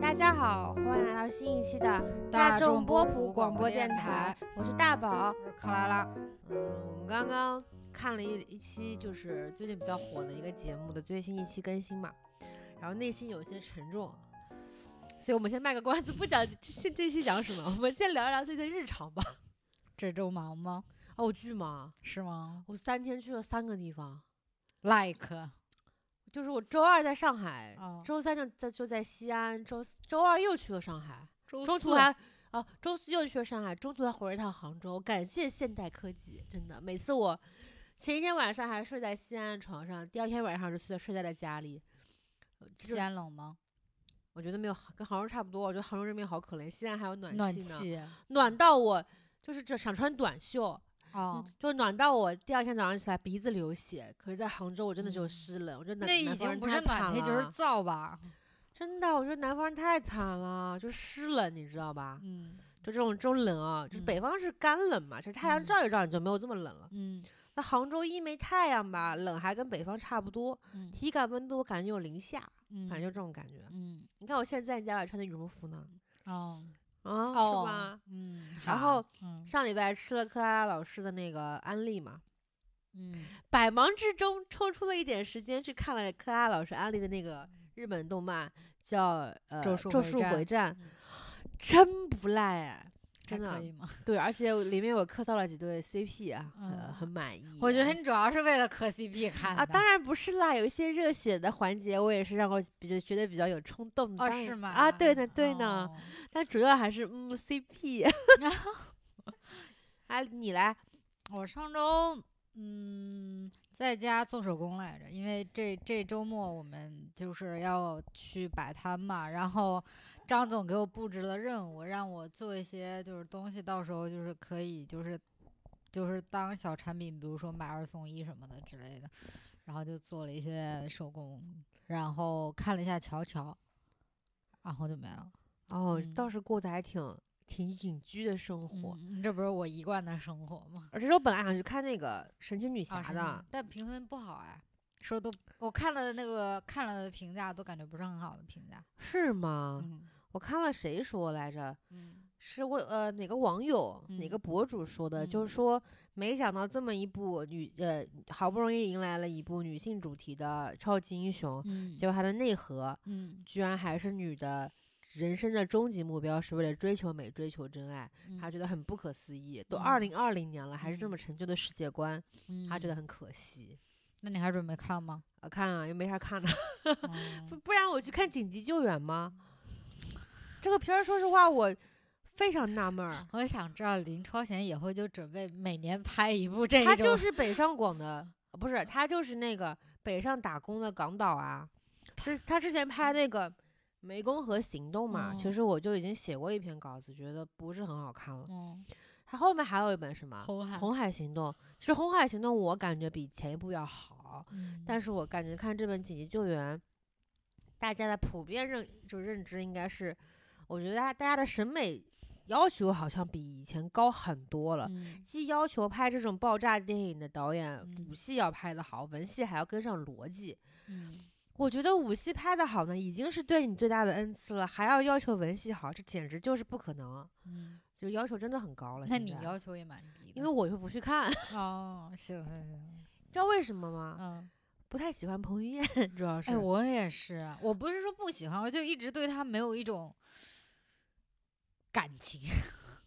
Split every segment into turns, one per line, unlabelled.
大家好，欢迎来到新一期的
大
众
众
波
波
普
普
广
广
播
播
电
电
台
台，
我是大宝。
我是克拉拉，
嗯，我们刚刚看了一一期，就是最近比较火的一个节目的最新一期更新嘛，然后内心有些沉重，所以我们先卖个关子，不讲这这期讲什么， 我们先聊一聊最近日常吧。
这周忙吗？
哦，我巨忙，
是吗
我三天去了三个地方，
？Like，
就是我周二在上海，
哦
周三就在就在西安，周四周二又去了上海，
周
中途还啊，周四又去了上海，中途还回了一趟杭州。感谢现代科技，真的，每次我前一天晚上还睡在西安的床上，第二天晚上就睡睡在了家里。呃就
西安冷吗？
我觉得没有跟杭州差不多，我觉得杭州人民好可怜，西安还有暖
暖
气呢，
气
暖到我就是这想穿短袖，嗯
哦，
就是暖到我第二天早上起来鼻子流血。可是，在杭州我真的就
嗯
湿冷，我觉得南
那已
南方
经
人
不
太
是暖
惨
气就是
了
燥吧？
真的，我觉得南方人太惨了，就湿冷，你知道吧？
嗯
就这种这种冷啊，就是
嗯
北方是干冷嘛，就是太阳
嗯
照一照你就没有这么冷了。
嗯
那杭州一没太阳吧，冷还跟北方差不多，
嗯
体感温度我感觉有零下，反正
嗯
就这种感觉。
嗯
你看我现在在家里穿的羽绒服呢，
哦
啊、
哦
是吧？
嗯，
然
好
后
嗯
上礼拜吃了克拉拉老师的那个安利嘛，
嗯
百忙之中抽出了一点时间去看了克拉拉老师安利的那个日本动漫，叫呃《咒
咒
术
术回
回
战
战》
嗯
真不赖哎，
还
真的
可以吗？
对，而且我里面我磕到了几对 CP 啊，呃，
嗯
很满意啊。
我觉得你主要是为了磕 CP 看的
啊，当然不是啦，有一些热血的环节，我也是让我比较觉得比较有冲动的。
哦
当然
是吗？
啊，对的对呢，
哦，
但主要还是嗯 CP。啊，你来，
我上周嗯在家做手工来着，因为这这周末我们就是要去摆摊嘛，然后张总给我布置了任务，让我做一些就是东西，到时候就是可以就是就是当小产品，比如说买二送一什么的之类的，然后就做了一些手工，然后看了一下乔乔，然后就没了。
哦，
嗯
倒是过得还挺挺隐居的生活。
嗯，这不是我一贯的生活吗？
而且我本来想去看那个神奇女侠
啊，是
的，
吗但评分不好哎，说都我看了那个看了的评价都感觉不是很好的评价。
是吗？
嗯
我看了谁说来着？
嗯
是我呃哪个网友、哪个
嗯
博主说的，就
嗯
是说没想到这么一部女呃好不容易迎来了一部女性主题的超级英雄，
嗯
结果它的内核
嗯，
居然还是女的人生的终极目标是为了追求美、追求真爱，
嗯
他觉得很不可思议。都
嗯
二零二零年了，还是这
嗯
么陈旧的世界观，他觉
嗯
得很可惜。
那你还准备看 吗？
啊，看啊，又没啥看的， 不
嗯
不然我去看《紧急救援》吗？这个片儿，说实话，我非常纳闷儿。
我想知道林超贤以后就准备每年拍一部这一
他
种，
就是北上广的，呃不是他就是那个北上打工的港岛啊。是他之前拍那个《湄公河行动》嘛，其
嗯
实我就已经写过一篇稿子，觉得不是很好看了。
嗯，
他后面还有一本什么
红
《
海，
红海行动》，其实《红海行动》我感觉比前一部要好，
嗯
但是我感觉看这本《紧急救援》，大家的普遍认就认知应该是，我觉得大家大家的审美要求好像比以前高很多了。
嗯
既要求拍这种爆炸电影的导演，
嗯
武戏要拍得好，文戏还要跟上逻辑。
嗯
我觉得武戏拍得好呢，已经是对你最大的恩赐了，还要要求文戏好，这简直就是不可能，
嗯，
就要求真的很高了。
那
现
你
在，
要求也蛮低的，
因为我又不去看，
哦，行行行，
知道为什么吗？
嗯，
不太喜欢彭于 晏，主要是。
哎，我也是，我不是说不喜欢，我就一直对他没有一种感情。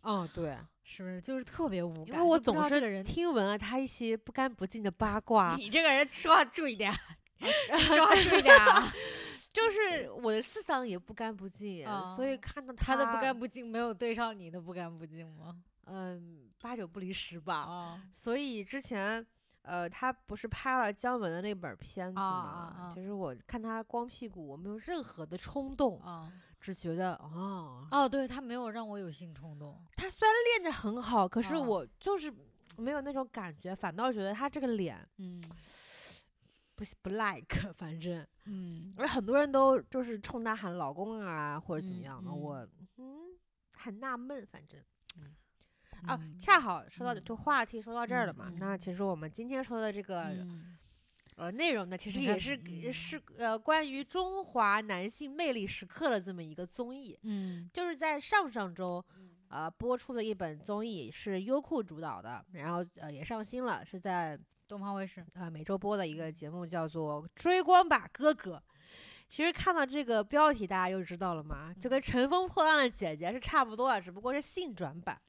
哦，对，
是不是就是特别无
因
感？
为我
就不知
总
道这个
是
人，
听闻了他一些不干不净的 八卦，
嗯你这个人说话注意点， 说话注意点啊！
就是我的思想也不干不净，所以
哦
看到
他的不干
不，
不净没有对上你的不干不净吗？
嗯，八九不离十吧。
啊，
所以之前，呃，他不是拍了姜文的那本儿片子
啊
嘛？
啊啊
就是我看他光屁股，我没有任何的冲动，
啊
只觉得哦，
哦，对他没有让我有性冲动，
他虽然练得很好，可是
啊
我就是没有那种感觉，反倒觉得他这个脸
嗯
不不 like，反正，
嗯
而很多人都就是冲他喊老公啊或者怎么
嗯
样的，
嗯
我嗯很纳闷，反正。啊，
嗯
恰好说到
嗯
就话题说到这儿了嘛，
嗯
那其实我们今天说的这个
嗯
呃，内容呢，其实
你
也
看
是
嗯
是呃关于中华男性魅力时刻的这么一个综艺，
嗯
就是在上上周，呃播出的一本综艺是优酷主导的，然后呃也上新了，是在
东方卫视，
呃每周播的一个节目叫做《追光吧哥哥》。其实看到这个标题，大家就知道了嘛，
嗯
就跟《乘风破浪的姐姐》是差不多啊的，只不过是性转版，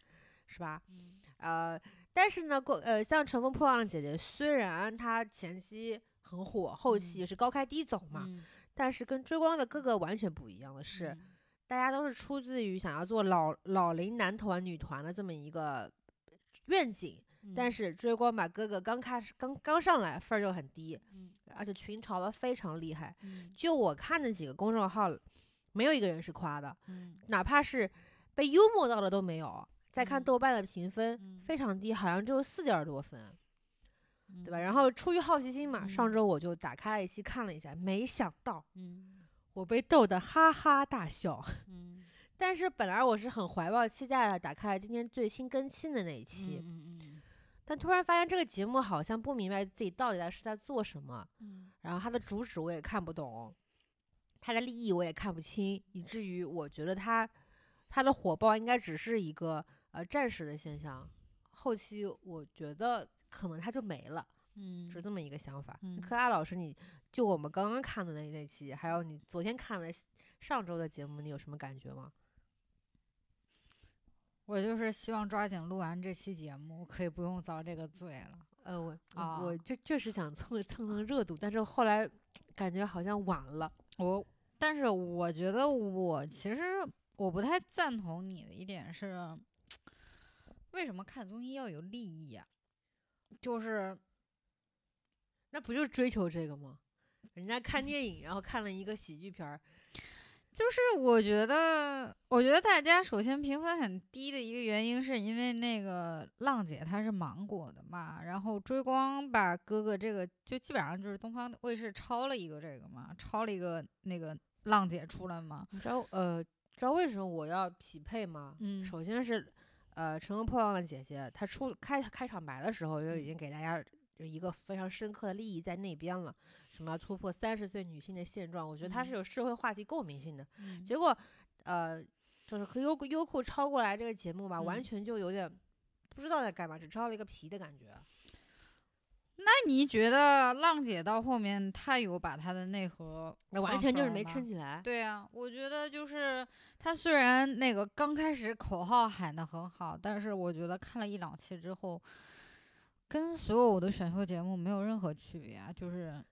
是吧？
嗯
呃，但是呢，过呃，像《乘风破浪的姐姐》，虽然它前期很火，后期
嗯
也是高开低走嘛，
嗯
但是跟《追光的哥哥》完全不一样的是，
嗯
大家都是出自于想要做老老龄男团、女团的这么一个愿景，但
嗯
是《追光吧哥哥》刚开始刚刚上来分儿就很低，
嗯
而且群嘲的非常厉害。
嗯
就我看的几个公众号，没有一个人是夸的，
嗯
哪怕是被幽默到的都没有。再看
嗯
豆瓣的评分，
嗯
非常低，好像只有四点多分，
嗯
对吧？然后出于好奇心嘛，上
嗯
周我就打开了一期看了一下，没想到
嗯
我被逗得哈哈大笑。
嗯
但是本来我是很怀抱期待的，啊打开了今天最新更新的那一期，
嗯嗯
但突然发现这个节目好像不明白自己到底在是在做什么，
嗯
然后它的主旨我也看不懂，它的利益我也看不清，以至于我觉得它它的火爆应该只是一个呃暂时的现象，后期我觉得可能它就没了。
嗯
是这么一个想法。
嗯
可爱老师，你就我们刚刚看的那那期，还有你昨天看的上周的节目，你有什么感觉吗？
我就是希望抓紧录完这期节目，可以不用遭这个罪了。
呃，我、
啊
我就确实想蹭蹭蹭热度，但是后来感觉好像晚了。
我，但是我觉得我其实我不太赞同你的一点是，为什么看综艺要有利益呀、就是
那不就是追求这个吗？人家看电影，然后看了一个喜剧片儿，
就是，我觉得，我觉得大家首先评分很低的一个原因，是因为那个浪姐她是芒果的嘛，然后追光吧哥哥这个就基本上就是东方卫视抄了一个这个嘛，抄了一个那个浪姐出来嘛，
你知道呃，知道为什么我要匹配吗？
嗯
首先是呃，《乘风破浪的姐姐》她出开开场白的时候就已经给大家有一个非常深刻的利益在那边了，什么要突破三十岁女性的现状，我觉得它是
嗯
有社会话题共鸣性的。
嗯
结果呃，就是和优酷优酷抄过来这个节目吧，完
嗯
全就有点不知道在干嘛，只抄了一个皮的感觉。
那你觉得浪姐到后面她有把她的内核
那完
放
全
出
就是
来
没
吗
撑起来。
对啊，我觉得就是他虽然那个刚开始口号喊得很好，但是我觉得看了一两期之后，跟所有的选秀节目没有任何区别啊，就是。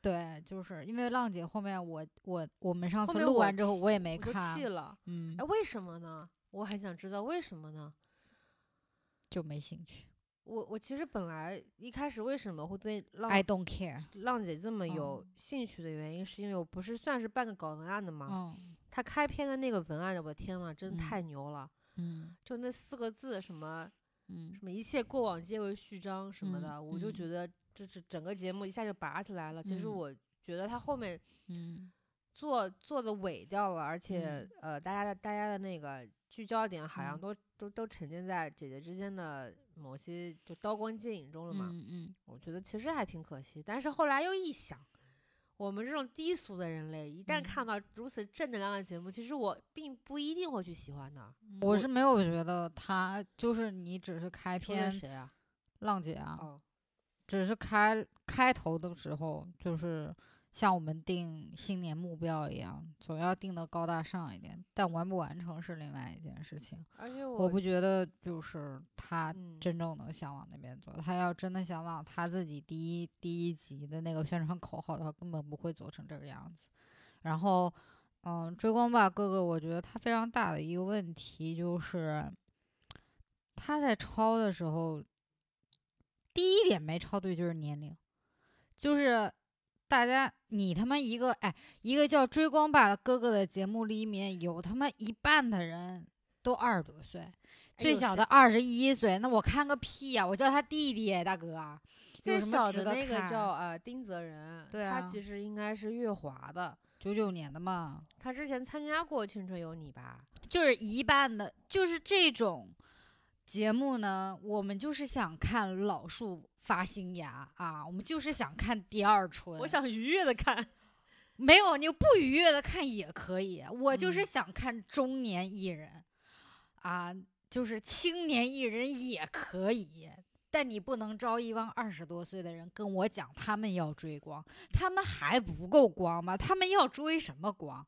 对，就是因为浪姐后面我我我们上
后
次
面
录
我
完之后
气
我也没
我就
看
气，了，
嗯
哎，，为什么呢？我很想知道为什么呢？
就没兴趣。
我我其实本来一开始为什么会对浪
I don't care。
浪姐这么有
嗯
兴趣的原因，是因为我不是算是半个搞文案的嘛。
嗯
他开篇的那个文案，我的天呐，真的
嗯
太牛了！
嗯
就那四个字，什么
嗯
什么一切过往皆为序章什么
嗯
的，我就觉得这这整个节目一下就拔起来了。其实
嗯
我觉得他后面
嗯
做做的尾调了，而且
嗯、
呃，大家的大家的那个聚焦点好像
嗯
都、都都沉浸在姐姐之间的某些就刀光剑影中了嘛。
嗯嗯，
我觉得其实还挺可惜，但是后来又一想，我们这种低俗的人类，一旦
嗯
看到如此正能量的节目，其实我并不一定会去喜欢的。
我是没有觉得他就是你只是开
说的
篇
是谁啊？
浪姐啊，
哦，
只是开开头的时候，就是像我们定新年目标一样，总要定的高大上一点，但完不完成是另外一件事情。
而且
我不觉得就是他
嗯
真正能想往那边走，他要真的想往他自己第一第一集的那个宣传口号的话，根本不会做成这个样子。然后，嗯，追光吧哥哥，我觉得他非常大的一个问题就是，他在抄的时候，第一点没抄对就是年龄，就是大家你他妈一个哎，一个叫追光吧哥哥的节目里面有他妈一半的人都二十多岁，
哎
最
有
小
谁
的二十一岁，那我看个屁呀、我叫他弟弟，哎大哥。啊
最
有什么
小
值
的
得
那个
看啊
叫呃丁泽仁，
对
他
啊
其实应该是月华的，
九九年的嘛，
他之前参加过《青春有你》吧？
就是一半的，就是这种节目呢，我们就是想看老树发新芽啊，我们就是想看第二春。
我想愉悦的看，
没有，你不愉悦的看也可以。我就是
嗯
想看中年艺人，啊，就是青年艺人也可以，但你不能招一帮二十多岁的人跟我讲他们要追光，他们还不够光吗？他们要追什么光？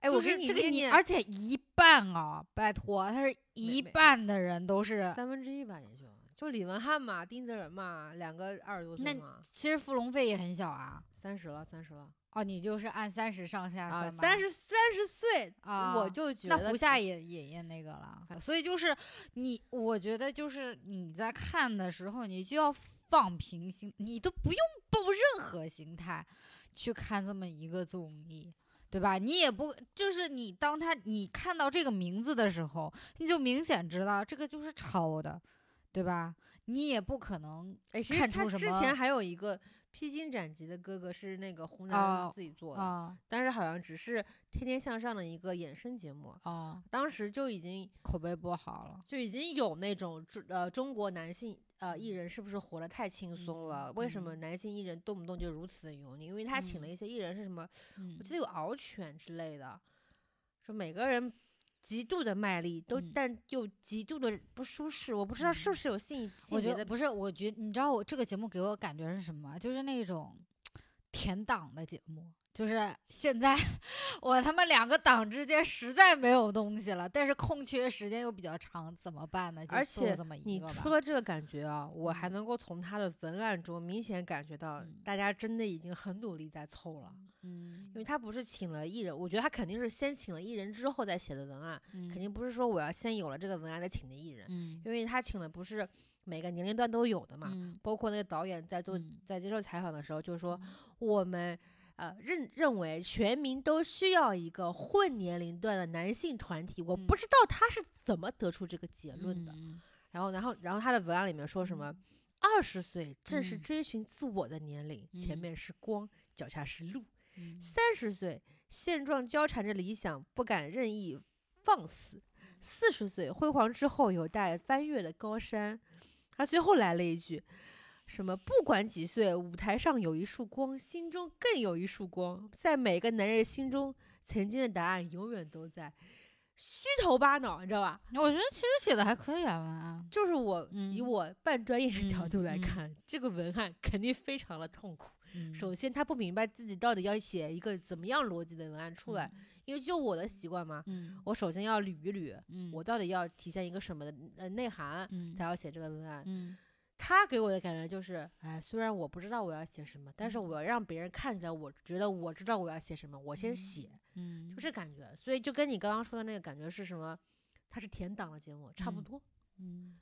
哎，
就
我
是
给你
这个
念
你，
念
而且一半啊，拜托，他是一
没
半的人都是。
三分之一吧，也就就李文翰嘛，丁泽仁嘛，两个二十多岁
那
嘛，
其实芙蓉费也很小啊，
三十了，三十了
哦，你就是按三十上下
啊，
算吧
三十三十岁，
啊，
我就觉
那
得哎
胡夏也也也那个了，所以就是你，我觉得就是你在看的时候，你就要放平心，你都不用抱任何心态去看这么一个综艺，对吧？你也不就是你当他你看到这个名字的时候，你就明显知道这个就是抄的，对吧？你也不可能
哎，其实
看
他
出什
之
么
前还有一个披荆斩棘的哥哥是那个湖南
哦
自己做的，
啊
但是好像只是《天天向上》的一个衍生节目，
啊，
当时就已经
口碑不好了。
就已经有那种中呃中国男性呃艺人是不是活得太轻松了？为什么
嗯
男性艺人动不动就如此的油腻？因为他请了
嗯
一些艺人是什么？
嗯
我记得有獒犬之类的，说每个人极度的卖力，都、
嗯
但又极度的不舒适。我不知道是不
嗯
是有性性
我觉
别
得
的
不是，我觉你知道我这个节目给我感觉是什么？就是那种填档的节目，就是现在 我他妈两个档之间实在没有东西了，但是空缺时间又比较长，怎么办呢？就
而
做
且
这么一
你
个
出
吧。
了这个感觉啊，我还
嗯
能够从他的文案中明显感觉到
嗯，
大家真的已经很努力在凑了。
嗯
因，为他不是请了艺人，我觉得他肯定是先请了艺人之后再写的文案，肯
肯
定不是说我要先有了这个文案再请的艺人，
嗯
因为他请的不是每个年龄段都有的嘛。
嗯
包括那个导演在做
嗯
在接受采访的时候就说
嗯，
我们呃认认为全民都需要一个混年龄段的男性团体。我不
嗯
知道他是怎么得出这个结论的。
嗯
然后，然后，然后他的文案里面说什么？二十岁正是
嗯
追寻自我的年龄，前
嗯
面是光，脚下是路。
嗯
三十岁，现状交缠着理想，不敢任意放肆；四十岁，辉煌之后有待翻越的高山。他最后来了一句：“什么？不管几岁，舞台上有一束光，心中更有一束光，在每个男人心中，曾经的答案永远都在。”虚头巴脑，你知道吧？
嗯我觉得其实写的还可以啊，文案。
就是我、以
嗯
我半专业的角
嗯
度来
嗯
看，这个文案肯定非常的痛苦。
嗯
首先，他不明白自己到底要写一个怎么样逻辑的文案出来，，因为就我的习惯嘛，
嗯
我首先要捋一捋，
嗯，
我到底要体现一个什么的呃内涵，
嗯
才要写这个文案。
嗯
他给我的感觉就是，哎，虽然我不知道我要写什么，但是
嗯
我要让别人看起来，我觉得我知道我要写什么，我先
嗯
写，
嗯，
就这感觉。所以就跟你刚刚说的那个感觉是什么？它是填档的节目，差不
嗯
多。
嗯，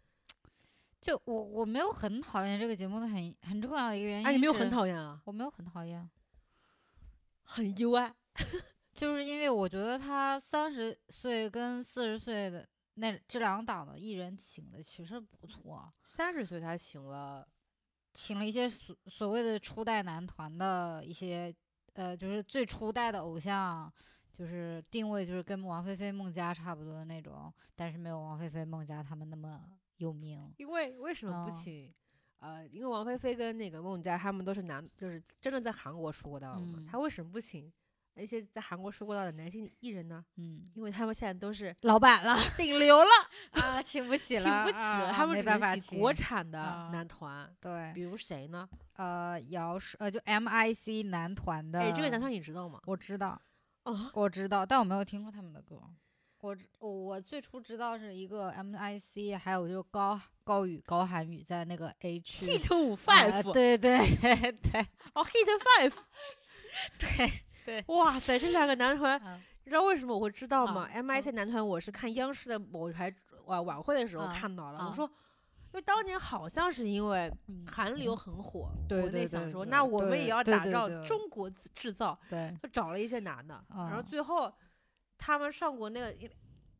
就我我没有很讨厌这个节目的很很重要的一个原因，
哎，你没有很，讨厌啊？
我没有很讨厌，
很意外。
就是因为我觉得他三十岁跟四十岁的那这两档的艺人请的其实不错，
三十岁他请了，
请了一些所所谓的初代男团的一些呃，就是最初代的偶像。就是定位就是跟王菲菲、孟佳差不多的那种，但是没有王菲菲、孟佳他们那么有名。
因为为什么不
哦
请？呃，因为王菲菲跟那个孟佳他们都是男，就是真的在韩国出过道的嘛，
嗯
他为什么不请一些在韩国出过道的男性艺人呢？
嗯，
因为他们现在都是
老板了
顶流了，
啊，请不起
请
了，
不起
啊
了，
啊
他们
没
只
办法
能请
请
国产的
啊
男团，
对，
比如谁呢？
呃，姚是呃，就 M I C 男团的。
哎，这个男团你知道吗？
我知道，
哦，
我知道，但我没有听过他们的歌。我知我我最初知道是一个 M I C，还有就是高高宇、高涵宇在那个 H
一头五
啊
five，
对对对对
哦，hit five，
对，
哇塞，这两个男团，
嗯
你知道为什么我会知道吗
啊
？M I C 男团我是看央视的某台晚晚会的时候
啊
看到了，我
啊
说，因为当年好像是因为
嗯
韩流很火，
对
国内
对
想
对
说
对
那我们
对
也要
对
打
对
造
对
中国制制造，
对，
就找了一些男的，然后
啊
最后他们上过那个一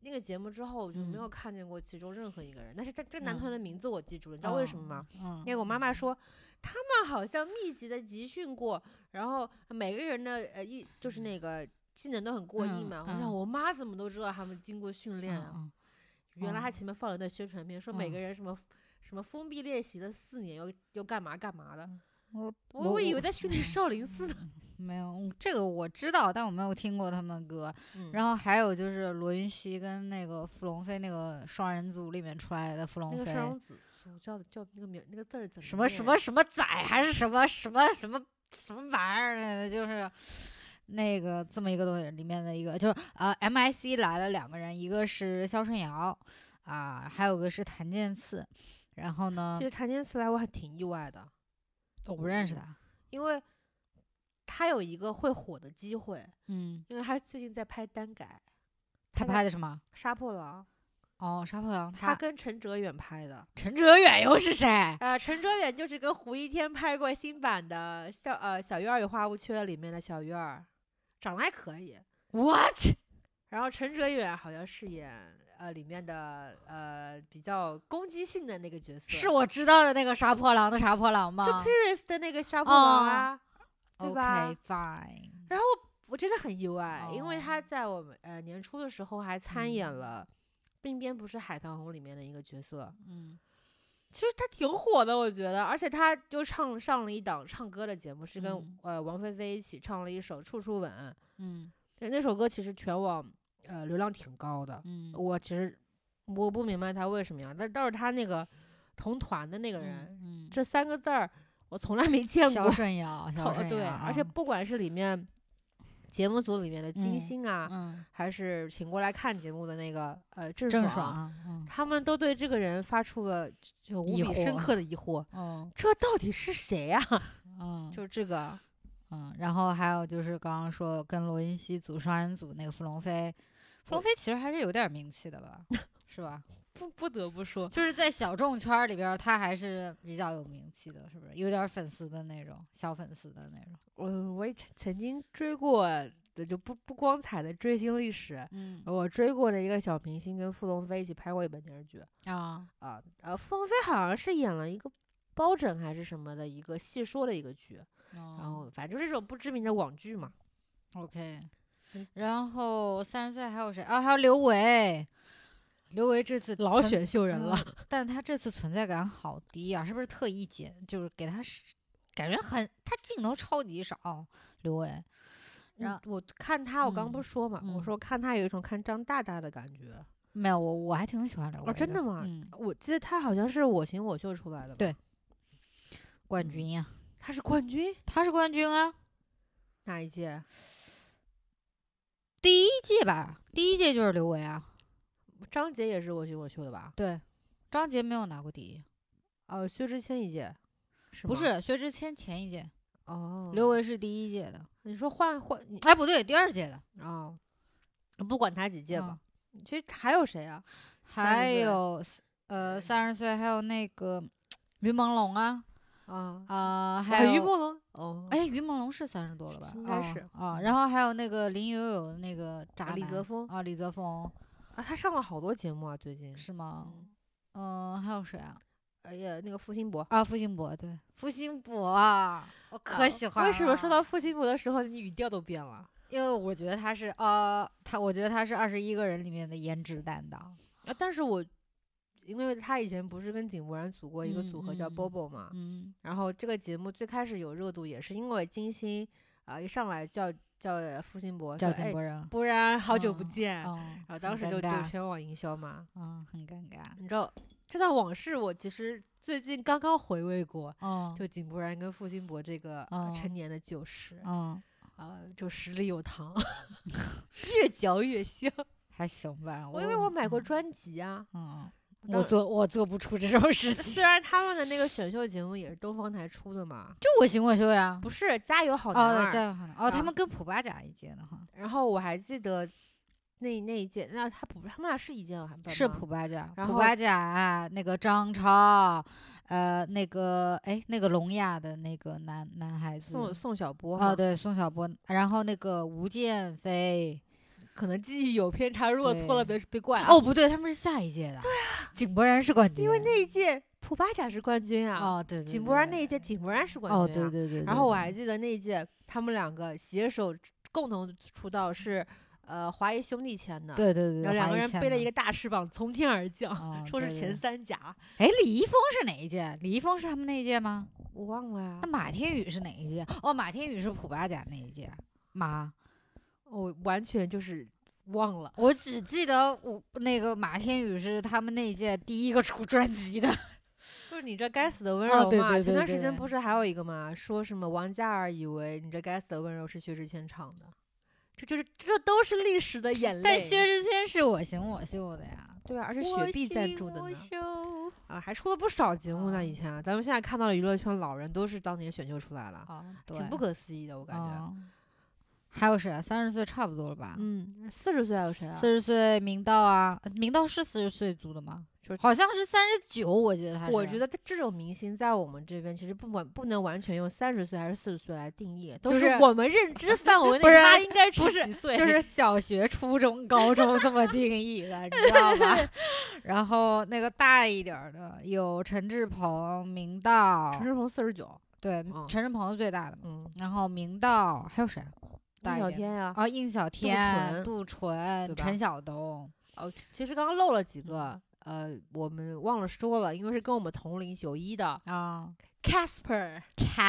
那个节目之后，我就没
嗯
有看见过其中任何一个人。但是在这个男团
嗯
的名字我记住了，你知道为什么吗？
嗯？
因为我妈妈说。他们好像密集的集训过，然后每个人的呃一就是那个技能都很过硬
嗯
嘛。我想
嗯
我妈怎么都知道他们经过训练
嗯
啊，
嗯
原来他
哦
前面放了一段宣传片，说每
嗯
个人什么、什么封闭练习了四年，又又干嘛干嘛的。
嗯我
我我以为在训练少林寺 呢。
没有嗯这个我知道，但我没有听过他们歌。
嗯
然后还有就是罗云熙跟那个傅龙飞那个双人组里面出来的傅
那
龙
个
飞，
少龙组组叫叫那个名那个字儿怎么啊
什么什么什么仔还是什么什么什么什么玩意儿，就是那个这么一个东西里面的一个，就是呃，MIC 来了两个人，一个是肖顺尧啊，还有个是谭健次，然后呢
其，实谭健次来我还挺意外的，
我不认识他，
因为他有一个会火的机会，
嗯，
因为他最近在拍单改，
他
在
拍的什么？
《杀破狼》，
哦，杀破狼，
他
他
跟陈哲远拍的。
陈哲远又是谁？
呃，陈哲远就是跟胡一天拍过新版的《小呃小鱼儿与花无缺》里面的小鱼儿，长得还可以。
What？
然后陈哲远好像饰演呃里面的呃比较攻击性的那个角色，
是我知道的那个杀破狼的杀破狼
就
吗
Paris 的那个杀破狼啊，对吧
？OK fine，
然后我真的很意外，因为他
哦
在我们呃年初的时候还参演了《鬓边不是海棠红》里面的一个角色，
嗯，
其实他挺火的，我觉得，而且他就唱上了一档唱歌的节目，是跟、
嗯
呃王菲菲一起唱了一首《处处吻》，
嗯
但那首歌其实全网呃流量挺高的，
嗯
我其实我不明白他为什么呀，但倒是他那个同团的那个人，
嗯，
这三个字儿我从来没见
肖
过，
顺尧，
好
肖顺尧，
对，而且
啊
不管是里面节目组里面的金
嗯
星啊，
嗯，
还是请过来看节目的那个呃郑
郑
爽，
爽啊，嗯，
他们都对这个人发出了就就无
疑
比深
惑
刻的疑惑，
哦，
这到底是谁啊 呀、
嗯，
就是这个，
嗯，然后还有就是刚刚说跟罗云熙组双人组那个傅龙飞，傅龙飞其实还是有点名气的 吧，是吧？
不不得不说，
就是在小众圈儿里边儿，他还是比较有名气的，是不是？有点儿粉丝的那种，小粉丝的那种。
呃我我也曾曾经追过的就不不光彩的追星历史，
嗯
我追过的一个小明星跟傅龙飞一起拍过一本电视剧
啊，
啊，呃，傅龙飞好像是演了一个包拯还是什么的一个戏说的一个剧，
哦
然后反正就是这种不知名的网剧嘛，
OK，
嗯
然后三十岁还有谁啊？还有刘维，刘维这次存
秀
嗯但他这次存在感好低啊，是不是特意剪？就是给他是感觉很，他镜头超级少，刘伟。然
嗯我看他，我刚刚不
嗯
是说嘛，我
嗯
说看他有一种看张大大的感觉。
没有我，我还挺喜欢刘伟
哦，真
的
的吗？
嗯，
我记得他好像是我行我秀出来的吧。
对冠
嗯
军呀、
他是冠军
他是冠军啊，
哪一届？
第一届吧，第一届就是刘伟啊。
张杰也是我行我秀的吧？
对，张杰没有拿过第一，
呃，薛之谦一届，是
不
吗？
是薛之谦前一届，
哦，
刘维是第一届的，
你说换换你
哎，不对，第二届的。
哦，不管他几届
嗯
吧。其实还有谁啊？30
还
岁
有呃三十岁，还有那个于朦胧啊
啊，
啊、还
还
有
于朦胧哦，
哎于朦胧是三十多了吧？
应该是嗯
啊、然后还有那个林有有的那个渣
啊，
男
李泽峰
啊，李泽峰
啊，他上了好多节目啊，最近。
是哦吗？
嗯
嗯、还有谁啊？
哎呀，那个付辛博，
啊，付辛博对，付辛博啊，我可
啊
喜欢了、
为什么说到付辛博的时候，你语调都变了？
因为我觉得他是呃，他我觉得他是二十一个人里面的颜值担当。
啊，但是我因为他以前不是跟井柏然组过一个
嗯
组合叫
嗯
Bobo 嘛，
嗯
然后这个节目最开始有热度也是因为金星啊、一上来叫叫付辛博
叫
说
井
哎，
柏然，
不然好久不
嗯
见，
嗯，
然后当
很
时就
尴
就
尬
全网营销嘛，
嗯，很尴尬，
你知道这段往事我其实最近刚刚回味过。
嗯，
就井柏然跟付辛博这个、呃
嗯
成年的旧事啊、
嗯。
就十里有糖， 越嚼越香。
还行吧，
我因为我买过
哦嗯
专辑啊，
嗯，
当
我做我做不出这种事 情，
虽然他们的那个选秀节目也是东方台出的嘛，
就我行我秀呀。
不是《加油 好
哦，
男
对
儿》
这样好像哦，
啊
他们跟普巴甲一届的哈，
然后我还记得那那一届，那他不，他们俩是一届还不
是
吗
普巴甲，
然
普
后
巴甲啊那个张超，呃，那个哎，那个聋哑的那个男男孩子，
宋宋小波
哦，
嘛，
对，宋小波，然后那个吴建飞，
可能记忆有偏差，如果错了别别怪啊。
哦，，不对，他们是下一届的，对啊，井柏然是冠军，
因为那一届普巴甲是冠军啊，
哦对，对
井柏然
对
那一届井柏然是冠
哦
军啊。
对对对，
然后我
对
还记得那一届他们两个携手共同出道是。呃华谊兄弟签的，
对对对，
然后两个人背了一个
个，
大翅膀从天而降，
哦
说是
对对
前三甲，
哎，李易峰是哪一届？李易峰是他们那一届吗？
我忘了呀
那，马天宇是哪一届？哦，马天宇是普巴甲那一届。妈，
我完全就是忘了。
我只记得我那个马天宇是他们那一届第一个出专 辑的。
就是你这该死的温
哦
柔嘛！
对对
前
对
段时
对
间不是还有一个吗？说什么王嘉尔以为你这该死的温柔是薛之谦唱的，这就是这都是历史的眼泪。
但薛之谦是我行我秀的呀，
对啊，而且雪碧赞助的
我
呢
行我 秀
啊，还出了不少节目呢。
啊
以前啊咱们现在看到的娱乐圈老人都是当年选秀出来了，
啊，对，
挺不可思议的，我感觉。
啊还有谁啊？三十岁差不多了吧？
嗯，四十岁还有谁啊？
四十岁明道啊，呃明道是四十岁租的吗
就？
好像是三十九，我记得他是。
我觉得这种明星在我们这边其实不管不能完全用三十岁还是四十岁来定义，都
就是是
我们认知范围
不
内
是
他应该
不是
几岁，
就是小学、初中、高中这么定义的，你知 道吧？然后那个大一点儿的有陈志朋、明道
陈，志朋四十九，
对，
嗯
陈志朋是最大的嘛。
嗯，
然后明道还有谁？啊大
大
一
小
点
天呀、
啊，应小
纯
天、杜
对
淳、
吧
陈晓东，
哦，其实刚刚漏了几个，呃，我们忘了说了，因为是跟我们同龄九一的
啊
Casper，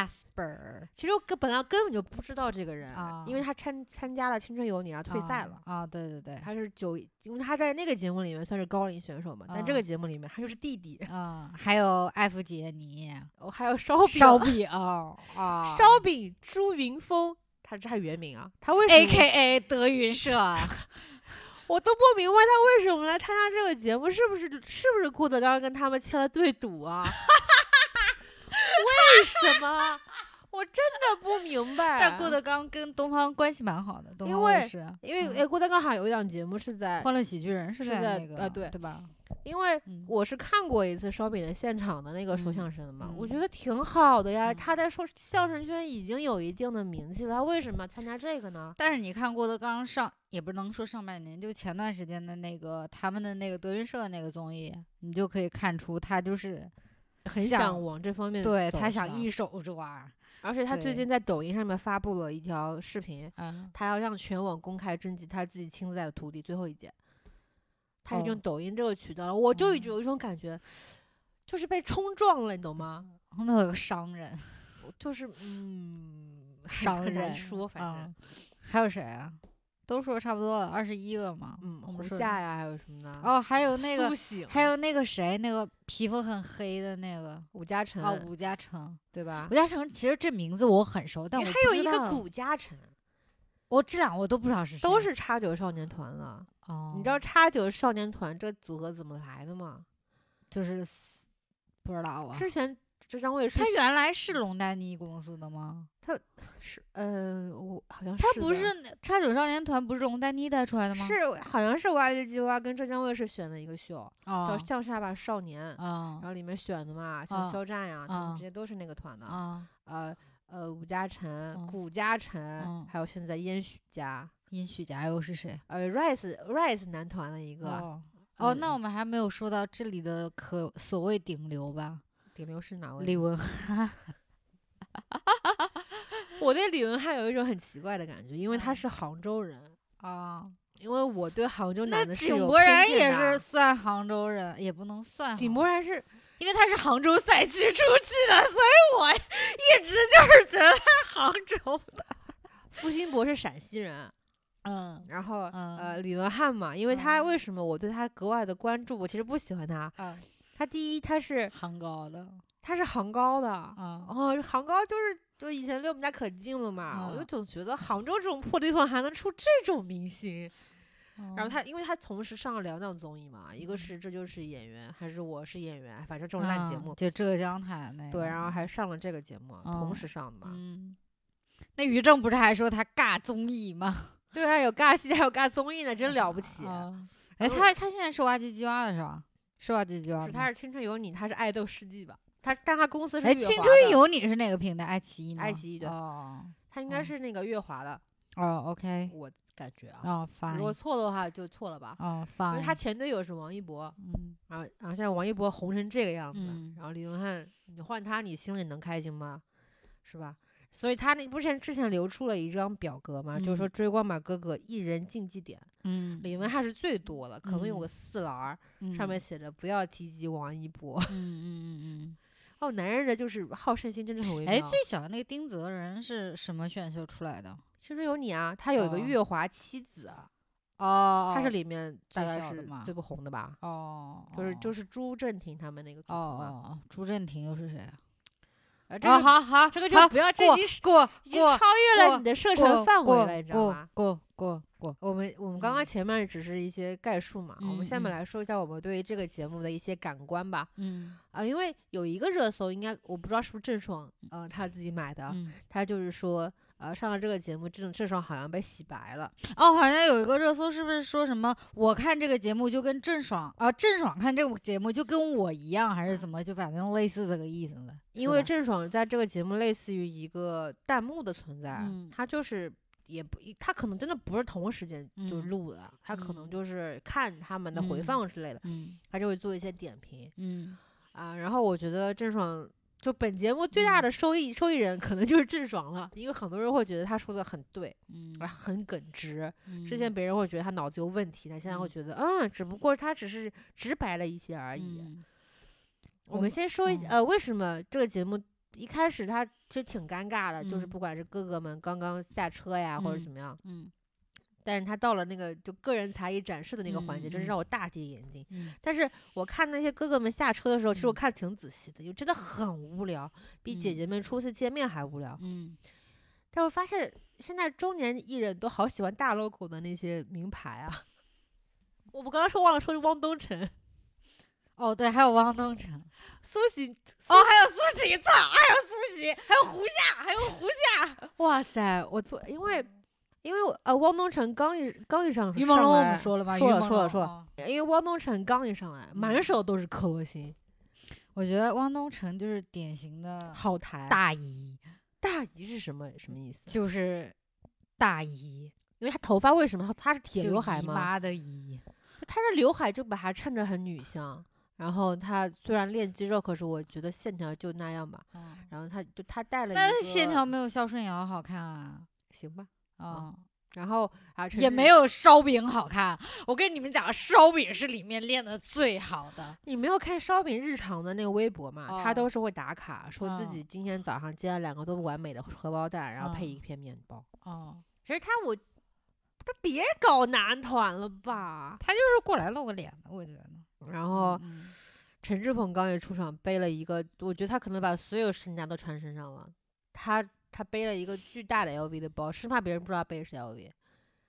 ，Casper
其实我根本来根本就不知道这个人，
啊
因为他参参加了《青春有你》然后退赛了。
啊啊，对对对，
他是九，因为他在那个节目里面算是高龄选手嘛，但这
啊
个节目里面他就是弟弟。
嗯，还有艾弗杰尼、
哦，还有烧饼，
烧饼啊啊，
烧饼朱云峰，他这还原名啊？他为什么
A K A 德云社，
我都不明白他为什么来参加这个节目，是不是是不是郭德纲跟他们签了对赌啊？ 为什么？我真的不明白。
但郭德纲跟东方关系蛮好的，东
啊因
方卫
为
视，
因为
嗯
哎，郭德纲好像有一档节目是在，
欢乐喜剧人哎是
是
在
在
那个
呃对
对吧？
因为
嗯
我是看过一次烧饼的现场的那个说
嗯
相声的嘛，我
嗯
觉得挺好的呀。
嗯
他在说相声圈已经有一定的名气了，他为什么参加这个呢？
但是你看郭德纲上也不能说上半年，就前段时间的那个他们的那个德云社那个综艺，你就可以看出他就是
很
想
想往这方面走，
对他
是吧
想一手抓，
而且他最
对
近在抖音上面发布了一条视频，
嗯，
他要让全网公开征集他自己亲自带的徒弟最后一届，他是
哦
用抖音这个渠道了，我就
哦
有一种感觉，就是被冲撞了，你懂吗？
那有个商人，
就是嗯，很
商人
很难说，反正、
嗯还有谁啊？都说差不多了，二十一个嘛。
嗯，
我
胡
们说
夏呀，还有什么呢？，
哦，还有那个
苏，醒，
还有那个谁，那个皮肤很黑的那个
武嘉诚，
啊，武嘉诚。
对吧
武？嘉诚其实这名字我很熟，但
哎
我
还
不
有
知
一个
道
古嘉诚，
我这俩我都不知道是谁。
都是叉九少年团了。
哦，
你知道叉九少年团这个组合怎么来的吗？
就是不知道啊。
之前这张卫是
他原来是龙丹妮公司的吗？
是呃，我好像
他
是
不
的
是那叉九少年团，不是龙丹妮带出来的吗？
是好像是挖掘机蛙跟浙江卫视选了一个秀，叫
哦
《向下吧少年》，然
啊
后里面选的嘛，像
啊
肖战呀，他们
啊
这些都是那个团的，
啊！
呃呃，武嘉诚、
嗯
谷嘉诚，
嗯
还有现在殷许家，
殷许家又是谁？
呃，Rise Rise 男团的一个
哦哦，那
嗯
我们还没有说到这里的可所谓顶流吧？
顶流是哪
李
位？
玟，
我对李文翰有一种很奇怪的感觉，因为他
嗯
是杭州人。
啊，
因为我对杭州男
那
的是
井
有
柏
偏
然
见
也
的
是啊算杭州人，也不能算
井
杭
柏然是
因为他是杭州赛区出去的，所以我 一直就是觉得他是杭州的。
付辛博是陕西人，
嗯
然后、呃，
嗯
李文翰嘛，因为他
嗯
为什么我对他格外的关注？我其实不喜欢他。
啊，
他第一，他是
杭高的
他是杭高的，
啊
哦，杭高就是就以前离我们家可近了嘛，我就
嗯
总觉得杭州这种破地方还能出这种明星。
哦
然后他，因为他同时上了两档综艺嘛，一个
嗯
是《这就是演员》，还是《我是演员》，反正这
这
种烂节目。
啊就浙江台那个
对，然后还上了这个节目，同
嗯
时上的嘛。
嗯，那于正不是还说他尬综艺吗？
对啊，有尬戏，还有尬综艺呢，真了不起。
啊，
然
哎，
后
他他现在是挖机鸡蛙的是吧？是挖机鸡蛙
是
吗？
他是《青春有你》，他是《爱豆世纪》吧？他但他公司是
哎，
乐
青
华
春
的
有你是哪个平台？爱奇艺吗？
爱奇艺对
哦
他应该
嗯
是那个月华的，
哦，OK，
我感觉啊，
哦，fine，
如果错的话就错了吧。
哦
因为他
，fine，
前队友是王一博，
嗯，
然后然后现在王一博红成这个样子，
嗯
然后李文翰，你换他，你心里能开心吗？是吧？所以他那不是之前流出了一张表格嘛，就是说
嗯
追光吧哥哥一人竞技点，
嗯，
李文翰是最多的，可能有
嗯
个四栏儿，
嗯
上面，写着不要提及王一博。
嗯嗯嗯
哦，男人的就是好胜心真的很微
嗯，
妙。
哎，最小的那个丁泽仁是什么选秀出来的？
青春有你啊，他有一个
哦
月华妻子，啊
哦，
他是里面大
最
概
小
是
的嘛
最不红的吧？
哦，
就是就是是朱正廷他们那个组
哦
合
哦
嘛。
哦，朱振廷又是谁啊？
呃这
啊，
个
好好，
这个就
好
不要这
过
已经是
过
已经
过
超越了
过
你的射
过
程范围
过
了，你知道吗？
过过过
我们我们刚刚
嗯
前面只是一些概述嘛，我们
嗯
下面
嗯
来说一下我们对于这个节目的一些感官吧。
嗯
啊，因为有一个热搜，应该我不知道是不是郑爽，呃，他自己买的，
嗯，
他就是说，呃，上了这个节目，郑郑爽好像被洗白了，
哦，好像有一个热搜，是不是说什么？我看这个节目就跟郑爽啊，郑爽看这个节目就跟我一样，还是怎么？就反正类似这个意思的。
因为郑爽在这个节目类似于一个弹幕的存在，
嗯
他就是。也不，他可能真的不是同时间就
嗯
录的，他可能
嗯
就是看他们的回
嗯
放之类的，
嗯
他就会做一些点评。
嗯，
啊，然后我觉得郑爽就本节目最大
嗯
的收益、受益人可能就是郑爽了，因为很多人会觉得她说的很对，
嗯
啊，很耿直。
嗯
之前别人会觉得她脑子有问题，她现在会
嗯
觉得，嗯，只不过她只是直白了一些而已。
嗯
我
我
们先说一下
嗯
呃，为什么这个节目一开始它其实挺尴尬的，就是
嗯
不管是哥哥们刚刚下车呀，或者怎
嗯
么样，
嗯
但是他到了那个就个人才艺展示的那个环节，真是
嗯嗯
让我大跌眼镜。
嗯
但是我看那些哥哥们下车的时候，其实我
嗯
看得挺仔细的，就真的很无聊，比姐
嗯
姐们初次见面还无聊。
嗯
但我发现现在中年艺人都好喜欢大 logo 的那些名牌啊。 我们刚刚说忘了说汪东城、
哦，对，还有汪东城，
苏醒，
哦，还有苏醒，操，还有苏醒，还有胡夏，还有胡夏，
哇塞！我做，因为因为我呃，汪东城刚一刚一上
嗯于朦胧
上
我
来
们说了吧？
说
于
了
朦
说了
胧
说了
哦
因为汪东城刚一上来，满
嗯
手都是克罗心，
我觉得汪东城就是典型的
好台
大姨，
大姨是什么什么意思？
就是大姨，
因为她头发为什么她她是铁
就
刘海
姨
吗？
妈的姨，
她的刘海就把她衬得很女相，然后她虽然练肌肉，可是我觉得线条就那样吧。
嗯
然后她就她戴了一个，
但是线条没有孝顺瑶好看啊。
行吧。嗯
啊、
然后啊，陈
也
志
没，有烧饼好看。我跟你们讲，烧饼是里面练的最好的。
你没有看烧饼日常的那个微博嘛？她
哦
都是会打卡，说自
嗯
己今天早上煎了两个多么完美的荷包蛋，然后配
嗯
一片面包。
哦，
其实她我，她别搞男团了吧？
他就是过来露个脸的，我觉得。
然后
嗯，
陈志朋刚一出场，背了一个，我觉得他可能把所有身家都穿身上了。他他背了一个巨大的 LV 的包，生怕别人不知道背的是 LV。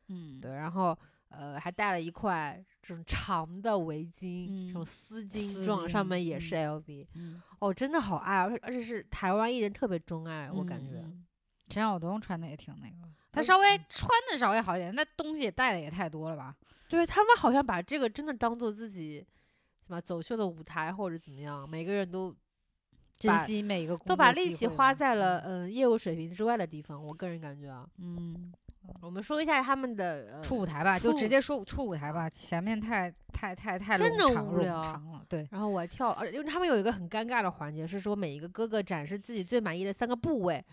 嗯，
对，然后呃还带了一块这种长的围巾，这种
嗯
丝巾
丝
状，上
巾
面也是
嗯
LV。
嗯，
哦，真的好爱，而且而且是台湾艺人特别钟爱，我感觉。
嗯陈晓东穿的也挺那个，他
而
稍微穿的稍微好一点，那东西也带的也太多了吧？
对他们好像把这个真的当做自己什么走秀的舞台或者怎么样，每个人都
珍
把
惜每一个工
都
作
把
机
力气
会
花
吧
在了嗯、呃业务水平之外的地方。我个人感觉啊。
嗯
我们说一下他们的、呃、
出舞台吧，就
处
直接说出舞台吧，前面太太太太
真
冗
的
长
无聊
冗长了，对，
然后我跳，而因为他们有一个很尴尬的环节，是说每一个哥哥展示自己最满意的三个部位。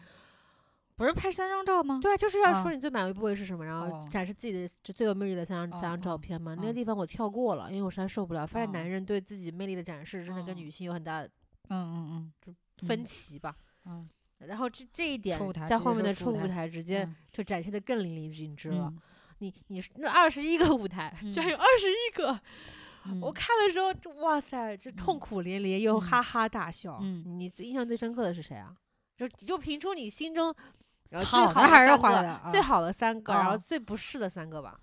不是拍三张照吗？
对啊，就是要说
啊
你最满意部位是什么，然后
哦
展示自己的就最有魅力的三张、
哦
三张照
哦
片嘛。那个
哦
地方我跳过了，因为我实在受不了，发现
哦
男人对自己魅力的展示真的跟
哦
女性有很大的
嗯嗯
分
嗯
歧吧。
嗯
然后这这一点
舞台
在
直
后
接
面的
说出
出
舞
舞
台
台直
嗯，
接就展现的更淋漓尽致了。
嗯
你你是那二十一个舞台，居然
嗯
有二十一个，
嗯
我看的时候，就哇塞，这痛
嗯
苦连连又
嗯
哈哈大笑。
嗯
你最印象最深刻的是谁啊？就就评出你心中呃最
好的
的
还是
三
坏
个
的
最
啊
好的三个，然后
哦
最不是的三个吧。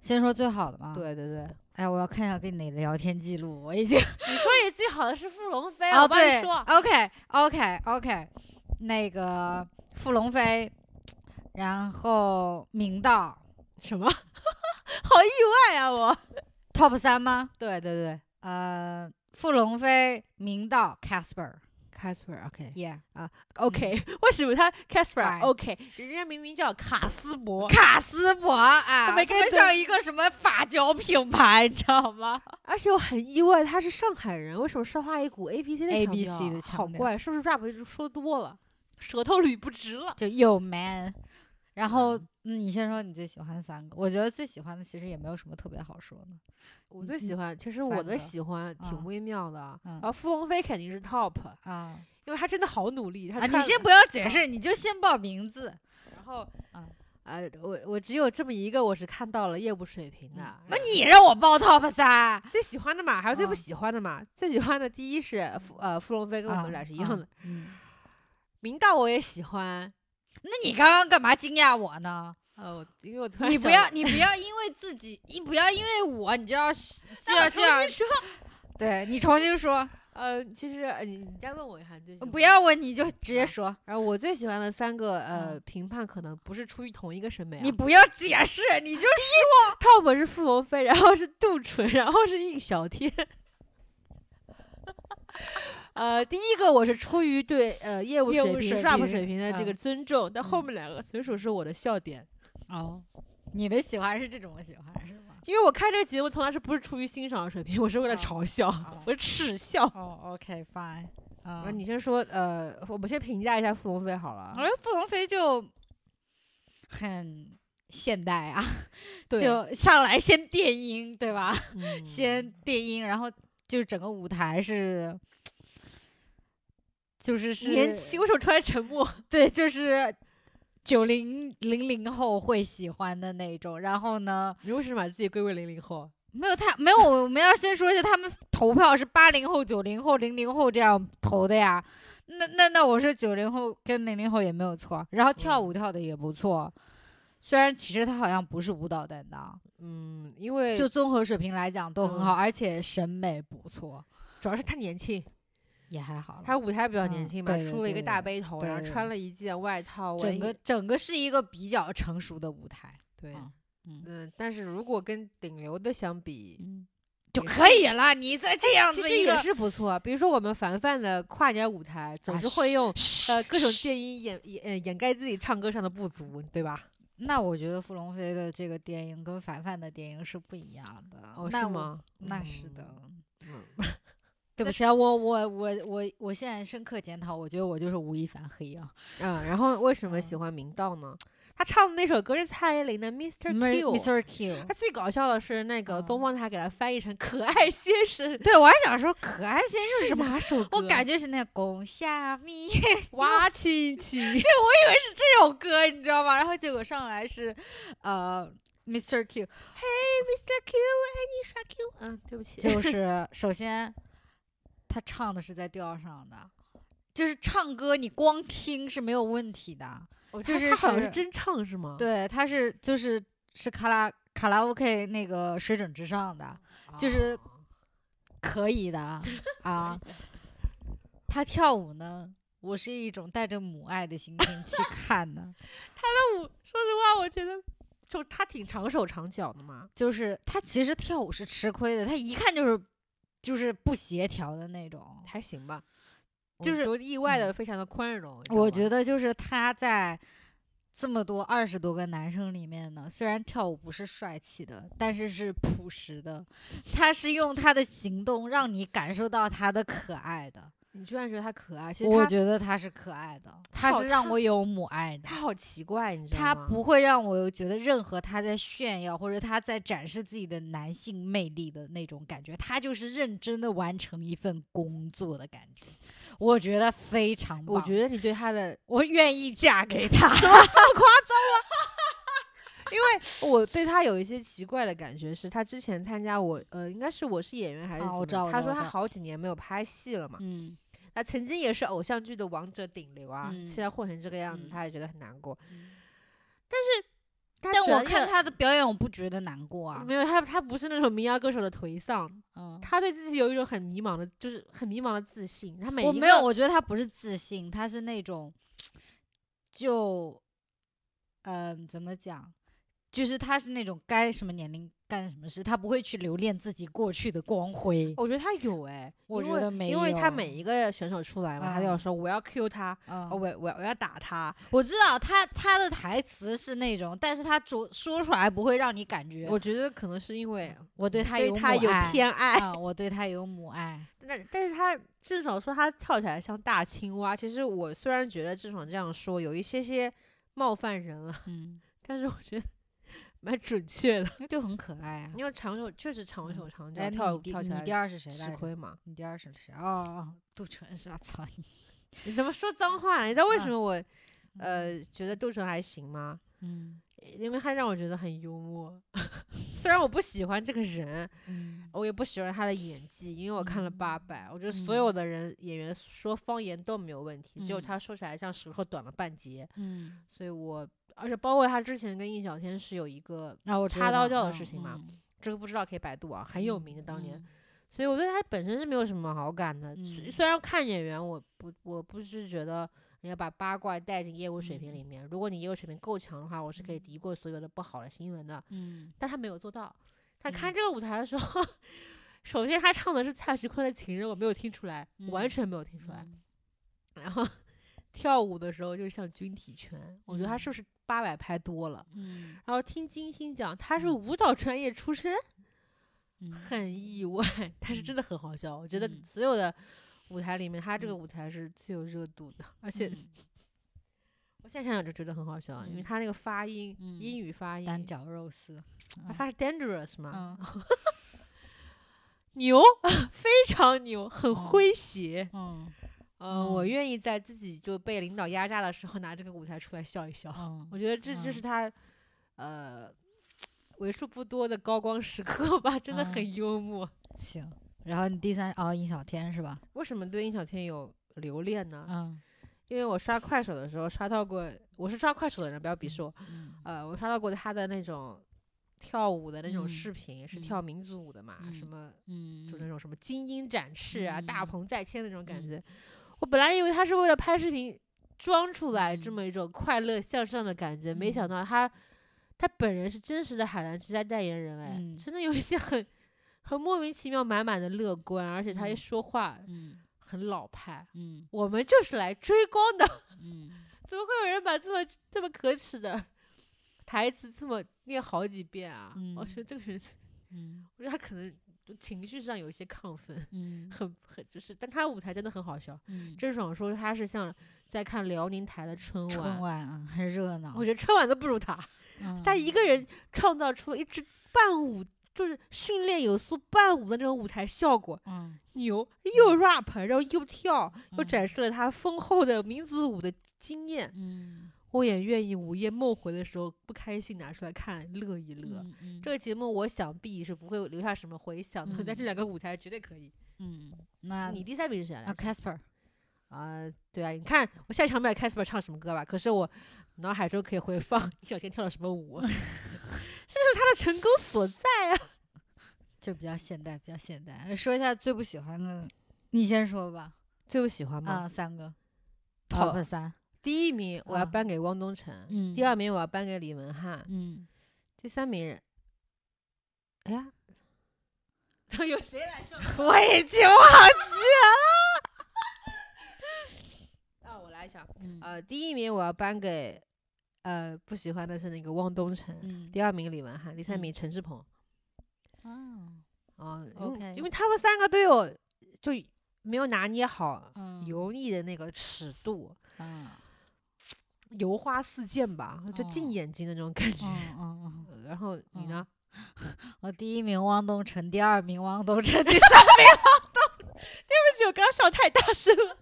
先说最好的吧。，
对对对，
哎，我要看一下跟你的聊天记录，我已经
你说你最好的是傅龙飞，
哦
我帮你
对
说。
，OK OK OK，那个傅龙飞，然后明道
什么？ 好意外啊！我。
top 三吗？
对对对
呃，傅龙飞、明道、Casper，Yeah。
，Casper OK OK，为
嗯
什么他 Casper 啊
Fine
OK？人家明明叫卡斯伯。
卡斯伯啊，
他没
特
跟
别
着
像一个什么发胶品牌，你知道吗？
而且我很意外，他是上海人，为什么说话一股 A B C 的
ABC
腔调啊
的腔
好
调
怪，是不是 rap 说多了？舌头捋不直了。
就有 man。然后、嗯你先说你最喜欢的三个，我觉得最喜欢的其实也没有什么特别好说的。
我最喜
嗯
欢，其实
三
我
个
的喜欢挺
嗯
微妙的。啊
嗯
然后傅龙飞肯定是 top，
啊
因为他真的好努力。他
啊！你
穿
先
了
不要解释，你就先报名字。
然后
啊
呃，我我只有这么一个，我是看到了业务水平的。
嗯那
然后
你让我报 top 三，
最喜欢的嘛，还有最不
嗯
喜欢的嘛？最喜欢的第一是傅呃傅龙飞，跟我
啊
们俩是一样的。。
嗯，
明道我也喜欢，
那你刚刚干嘛惊讶我 呢？
呃，我因为我突然
你不
想
要，
到
你不要因为自己，你不要因为我，你就要就要
我
这
重
样
新。说
对你重新说，
呃，其实呃你你再问我一下，你最喜欢
不。要问你就直接说，
然后我最喜欢的三个呃
嗯
评判可能不是出于同一个审美、啊，
你不要解释，你就
top 是傅龙飞，然后是杜淳，然后是应小天。呃，第一个我是出于对呃业务
业
水
务
平、啊
水
rap
平
水平的这个
嗯
尊重，但后面两个纯属是我的笑点，
哦，你的喜欢是这种喜欢是 吗？
因为我看这个节目从来是不是出于欣赏水平，我是为了
啊
嘲笑，
啊
我是耻笑。
哦，OK fine，
然
啊
后，你先说，呃，我们先评价一下傅龙飞好了
我。说傅龙飞就很现代啊，
对，
就上来先电音，对吧？
嗯
先电音，然后就整个舞台是，就是是
年轻，为什么突然沉 默？
对，就是九零零零后会喜欢的那种。然后呢，
你为什么把自己归为零零后？
没有他没有，我们要先说一下，他们投票是八零后、九零后、零零后这样投的呀。那那那我是九零后跟零零后也没有错，然后跳
嗯
舞跳的也不错，虽然其实他好像不是舞蹈担当，
嗯，因为
就综合水平来讲都很好，
嗯
而且审美不错，
主要是他年轻，
也还好啦。
他舞台比较年
嗯
轻嘛，
对对
梳了一
对
个大背头，
对
然后
对
穿了一件外套，
整
围
个整个是一个比较成熟的舞台，
对，
啊嗯
嗯，但是如果跟顶流的相比，
嗯，就
也哎
可以了。你再这样
其
子
实
一
也
个，
是不错。比如说我们凡凡的跨年舞台，总
啊
是会用
嘘
呃各种电音掩掩呃掩盖自己唱歌上的不足，对吧？
那我觉得傅龙飞的这个电影跟凡凡的电影是不一样的。
哦，
那
是
我？
吗？
那是的。
嗯，
对不起啊，我我我我我现在深刻检讨，我觉得我就是吴亦凡黑啊，
嗯，然后为什么喜
嗯
欢明道呢？他唱的那首歌是蔡依林的《Mr.
m
Q》。
r Q
他。最搞笑的是，那个
嗯
东方台给他翻译成“可爱先 生”，
对，我还想说可爱先生
是
是什么？
哪首歌？
我感觉是那个宫下咪
哇， 亲亲。
这首歌，你知道吗？然后结果上来是，呃 ，Mr. Q，
Mr. Q，爱你耍 Q。嗯，对不起
就是首先他唱的是在调上的，就是唱歌你光听是没有问题的。
我
就
他
是
他好像是
是
真唱是吗？
对，他是就是是卡拉卡拉 OK 那个水准之上的，
啊，
就是可以的啊。他跳舞呢，我是一种带着母爱的心情去看的，
那我 说实话，我觉得就他挺长手长脚的嘛。
就是他其实跳舞是吃亏的，他一看就是就是不协调的那种。
还行吧，
就
就是是意外的非常的宽容。
我觉
得
得就是他在这么多二十多个男生里面呢，虽然跳舞不是帅气的，但是是朴实的，他是用他的行动让你感受到他的可爱的。
你居然觉得他可爱，其实
我
他
觉得他是可爱的，他
好
是让
他
我有母爱的
他。好奇怪，你知道
他
吗？
不会让我有觉得任何他在炫耀或者他在展示自己的男性魅力的那种感觉，他就是认真的完成一份工作的感觉，我觉得非常棒。
我觉得你对他的，
我愿意嫁给他。
我对他有一些奇怪的感觉，是他之前参加我，呃，应该是哦我是演员还是
啊
怎
我
么
知道
样？
我
他
知道
说他
我知道
好几年没有拍戏了嘛，
嗯
那曾经也是偶像剧的王者顶流啊，
嗯
现在混成这个样子，
嗯
他也觉得很难过。
嗯
但
但我
主要
看
是
他的表演，我不觉得难过啊
没。有他，他不是那种民谣歌手的颓丧，
嗯，
他对自己有一种很迷茫的，就是很迷茫的自信。他每一
我
个
没有，我觉得他不是自信，他是那种就嗯、怎么讲，就是他是那种该什么年龄干什么事，他不会去留恋自己过去的光辉。
我觉得他有哎、
我
因
觉
为
得没
因为他
有
每一个选手出来嘛，他都要
啊
说我要 Q 他，哦，
嗯
我我要我要打他。
我知道他他的台词是那种，但是他说说出来不会让你感觉
我觉得可能是因为
我对他
对
母
他有
爱嗯
偏爱，
啊，我对他有母爱。
但但是他郑爽说他跳起来像大青蛙，其实我虽然觉得郑爽这样说有一些些冒犯人了，
嗯，
但是我觉得 蛮准确的。
那就很可爱啊。
因为长袖确实长袖
嗯
长脚
哎，那
跳
你第
跳起
你第
来
二是谁来
吃
着？
亏嘛？
你第二是谁？哦哦，杜淳是吧？ 操你！
你怎么说脏话了？你知道为什
啊
么我呃觉得杜淳还行吗？
嗯
因为他让我觉得很幽默， 虽然我不喜欢这个人，
嗯
我也不喜欢他的演技，因为我看了八百，我觉得所
嗯
有的人演员说方言都没有问题，只有
嗯
他说起来像舌头短了半截，
嗯，
所以我而且包括他之前跟易小天是有一个
那我
插刀教
教
的事情嘛，这个不知道可以百度啊，很有名的当年，
嗯
所以我对他本身是没有什么好感的。虽
嗯
虽然看演员，我不我不是觉得你要把八卦带进业务水平
嗯
里面，如果你业务水平够强的话，我是可以敌过所有的不好的新闻的。
嗯
但他没有做到。他看
嗯
这个舞台的时候， 首先他唱的是蔡徐坤的《情人》，我没有听出来，我完
嗯
全没有听
嗯
出来。然后跳舞的时候就像军体拳，我觉得他是不是八百拍多了？
嗯
然后听金星讲他是
嗯
舞蹈专业出身，
嗯
很意外，但是真的很好笑。我觉得
嗯
所有的舞台里面，他这个
嗯
舞台是最有热度的，而且
嗯
我现在想想就觉得很好笑，因为
嗯
他那个发音，
嗯
英语发音，
单绞肉丝，
他发是 dangerous 嘛，
嗯
牛， 非常牛，很
哦
诙谐。
嗯
呃，我
嗯
愿意在自己就被领导压榨的时候拿这个舞台出来笑一笑。
嗯
我觉得这这是他，呃，为数不多的高光时刻吧，真的很
嗯
幽默。
行。然后你第三哦，尹小天是吧？
为什么对殷小天有留恋呢？
嗯
因为我刷快手的时候刷到过，我是刷快手的人，不要鄙视我。
嗯
呃，我刷到过他的那种跳舞的那种
嗯
视频，是
嗯
跳民族舞的嘛，什
嗯
么
嗯，
就那种什么精英展翅啊、大
嗯
鹏在天那种感
嗯
觉。我本来以为他是为了拍视频装出来这
嗯
么一种快乐向上的感觉，没想到他他本人是真实的海澜之家代言人，哎，
嗯
真的有一些很很莫名其妙满满的乐观，而且他一
嗯
说话
嗯
很老派。
嗯
我们就是来追光的，
嗯
怎么会有人把这么这么可耻的台词这么念好几遍啊？我
嗯
说这个人，
嗯
我觉 得他可能就情绪上有一些亢奋。
嗯
很很就是，但他舞台真的很好笑。
嗯，
郑爽说他是像在看辽宁台的春晚，
春晚啊，很热闹。
我觉得春晚都不如他，
嗯
他一个人创造出一支伴舞，就是训练有素伴舞的那种舞台效果，
嗯
牛，又 rap，然后又跳，又
嗯
展示了他丰厚的民族舞的经验。
嗯
我也愿意午夜梦回的时候不开心拿出来看，乐一乐。
嗯嗯
这个节目我想必是不会留下什么回响的，但这
嗯
两个舞台绝对可以。
嗯，那
你第三名是谁来着
啊？Casper
啊、对啊，你看我下一场不了 Casper 唱什么歌吧？可是我脑海中可以回放一小天跳了什么舞，这 就是他的成功所在。
就比较现代，比较现代。说一下最不喜欢的，你先说吧。
最不喜欢吗？
啊，三个
好
top 三，
第一名我要
啊
颁给汪东城，
嗯
第二名我要颁给李文翰，
嗯，
第三名，哎呀，有谁来说？
我已经忘
啊，我来想，
嗯
呃，第一名我要颁给，呃，不喜欢的是那个汪东城，
嗯
第二名李文翰，第三
嗯
名陈志鹏。
啊，
啊、因为
OK
因为他们三个都有就没有拿捏好
嗯
油腻的那个尺度，
啊，
油花四溅吧，就
哦
进眼睛的那种感觉。
嗯嗯嗯，
呃然后你
嗯
呢？
我第一名汪东城，第二名汪东城，第 三
对不起，我刚刚笑太大声 了。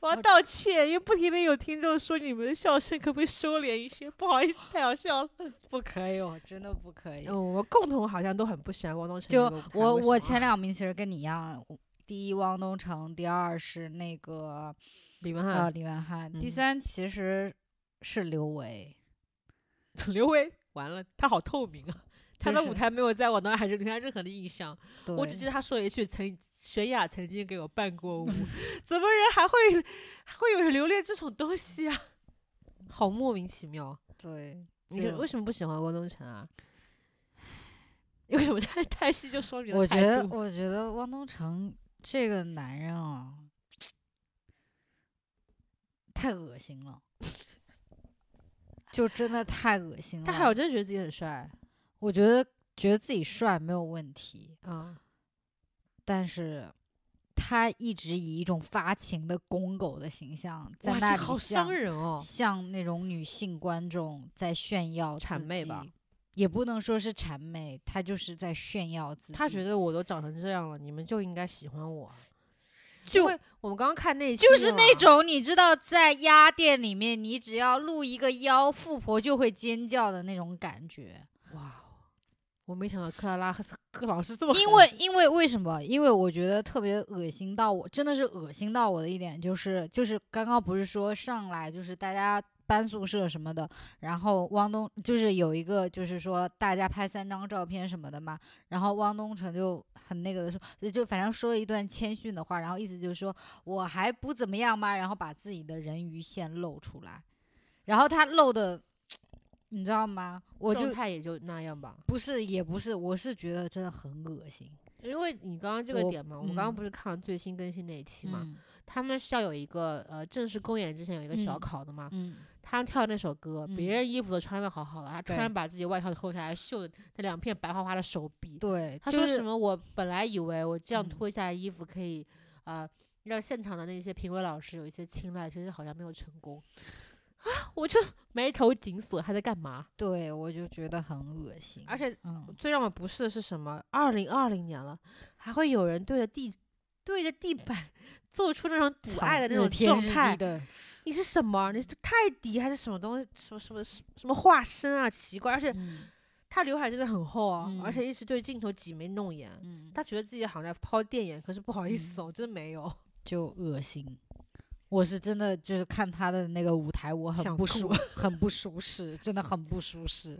我要
我
道歉，因为不停的有听众说你们的笑声可不可以收敛一些，不好意思，太好笑了。
不可以，我真的不可以。
嗯，我共同好像都很不喜欢汪东城这
就
个舞台。
我
为什
我
么
前两名其实跟你一样，我第一汪东城，第二是那个
李文
呃
翰、
李元翰，第
嗯
三其实是刘维。
刘维，完了，他好透明啊，他
就
的舞
是
台没有在我脑海中留下任何的印象。
对，
我只记得他说了一句：“曾玄雅曾经给我伴过舞， 怎么人还会还会有人留恋这种东西啊？好莫名其妙！啊
对，
你
就是
为什么不喜欢汪东城啊？为什么 他叹息就说明了
我觉
态
得，
度
我觉得汪东城这个男人啊，太恶心了，就真的太恶心了。
他还有，真的觉得自己很帅嗯
我觉得觉得自己帅没有问题，
啊？
但是他一直以一种发情的公狗的形象在
哇，
那
这
里
好
向
伤人哦。
向那种女性观众在炫耀
谄
自
媚吧
己，也不能说是谄媚，他就是在炫耀自己。
他觉得我都长成这样了，你们就应该喜欢我。因
就
为我们刚刚看那一期
就是
嘛
那种你知道，在鸭店里面，你只要露一个腰，富婆就会尖叫的那种感觉。
哇，哦我没想到克拉拉和克老师这么狠
因为因为为什么？因为我觉得特别恶心到我，真的是恶心到我的一点就是就是刚刚不是说上来就是大家。搬宿舍什么的，然后汪东就是有一个，就是说大家拍三张照片什么的嘛，然后汪东城就很那个的说，就反正说了一段谦逊的话，然后意思就是说我还不怎么样嘛，然后把自己的人鱼线露出来，然后他露的，你知道吗？我就
状态也就那样吧。
不是也不是，我是觉得真的很恶心。
因为你刚刚这个
我
点嘛，我们刚刚
嗯
不是看了最新更新那一期嘛，
嗯
他们是要有一个呃正式公演之前有一个小
嗯
考的嘛，
嗯，
他们跳那首歌，
嗯
别人衣服都穿的好好的，他突
对
然把自己外套脱下来，秀那两片白花花的手臂。
对，
他
就
说
是
什么？我本来以为我这样
嗯
脱下来衣服可以啊、呃让现场的那些评委老师有一些青睐，其实好像没有成功。啊，我就眉头紧锁，他在干嘛？
对，我就觉得很恶心。
而，且
嗯，
最让我不适的是什么？二零二零年了，还会有人对着地对着地板 做出那种阻
操
碍的那
日
种
天
状
日
态
地，的，
你是什么？你是泰迪还是什么东西？什么什么什么什么化身啊？奇怪，而且
嗯
他刘海真的很厚啊，
嗯
而且一直对镜头挤眉弄眼。
嗯，
他觉得自己好像在抛电眼，可是不好意思哦，真没有。
就恶心。我是真的就是看他的那个舞台，我很
想
不
吐
舒， 很不舒适，真的很不舒适。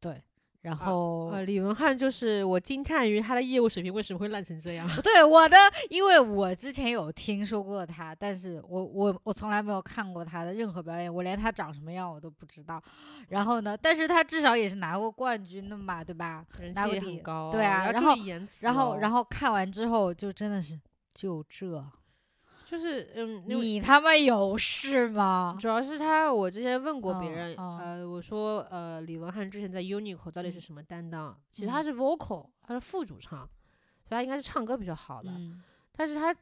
对，然后、
呃，李文翰就是我惊叹于他的业务水平为什么会烂成这样。
不对，我的，因为我之前有听说过他，但是我我我从来没有看过他的任何表演，我连他长什么样我都不知道。然后呢，但是他至少也是拿过冠军的嘛，对吧？
人气
拿个
也
底
很高哦、
对啊
要
然
注
后
意言辞
然后
哦
然后看完之后就真的是就这，
就是嗯，因为
你他妈有事吗？
主要是他，我之前问过别
嗯
人，
嗯
呃，我说呃，李文翰之前在 Uniqlo 到底是
嗯
什么担当？其实他是 vocal，他是副主唱，所以他应该是唱歌比较好的。
嗯
但是他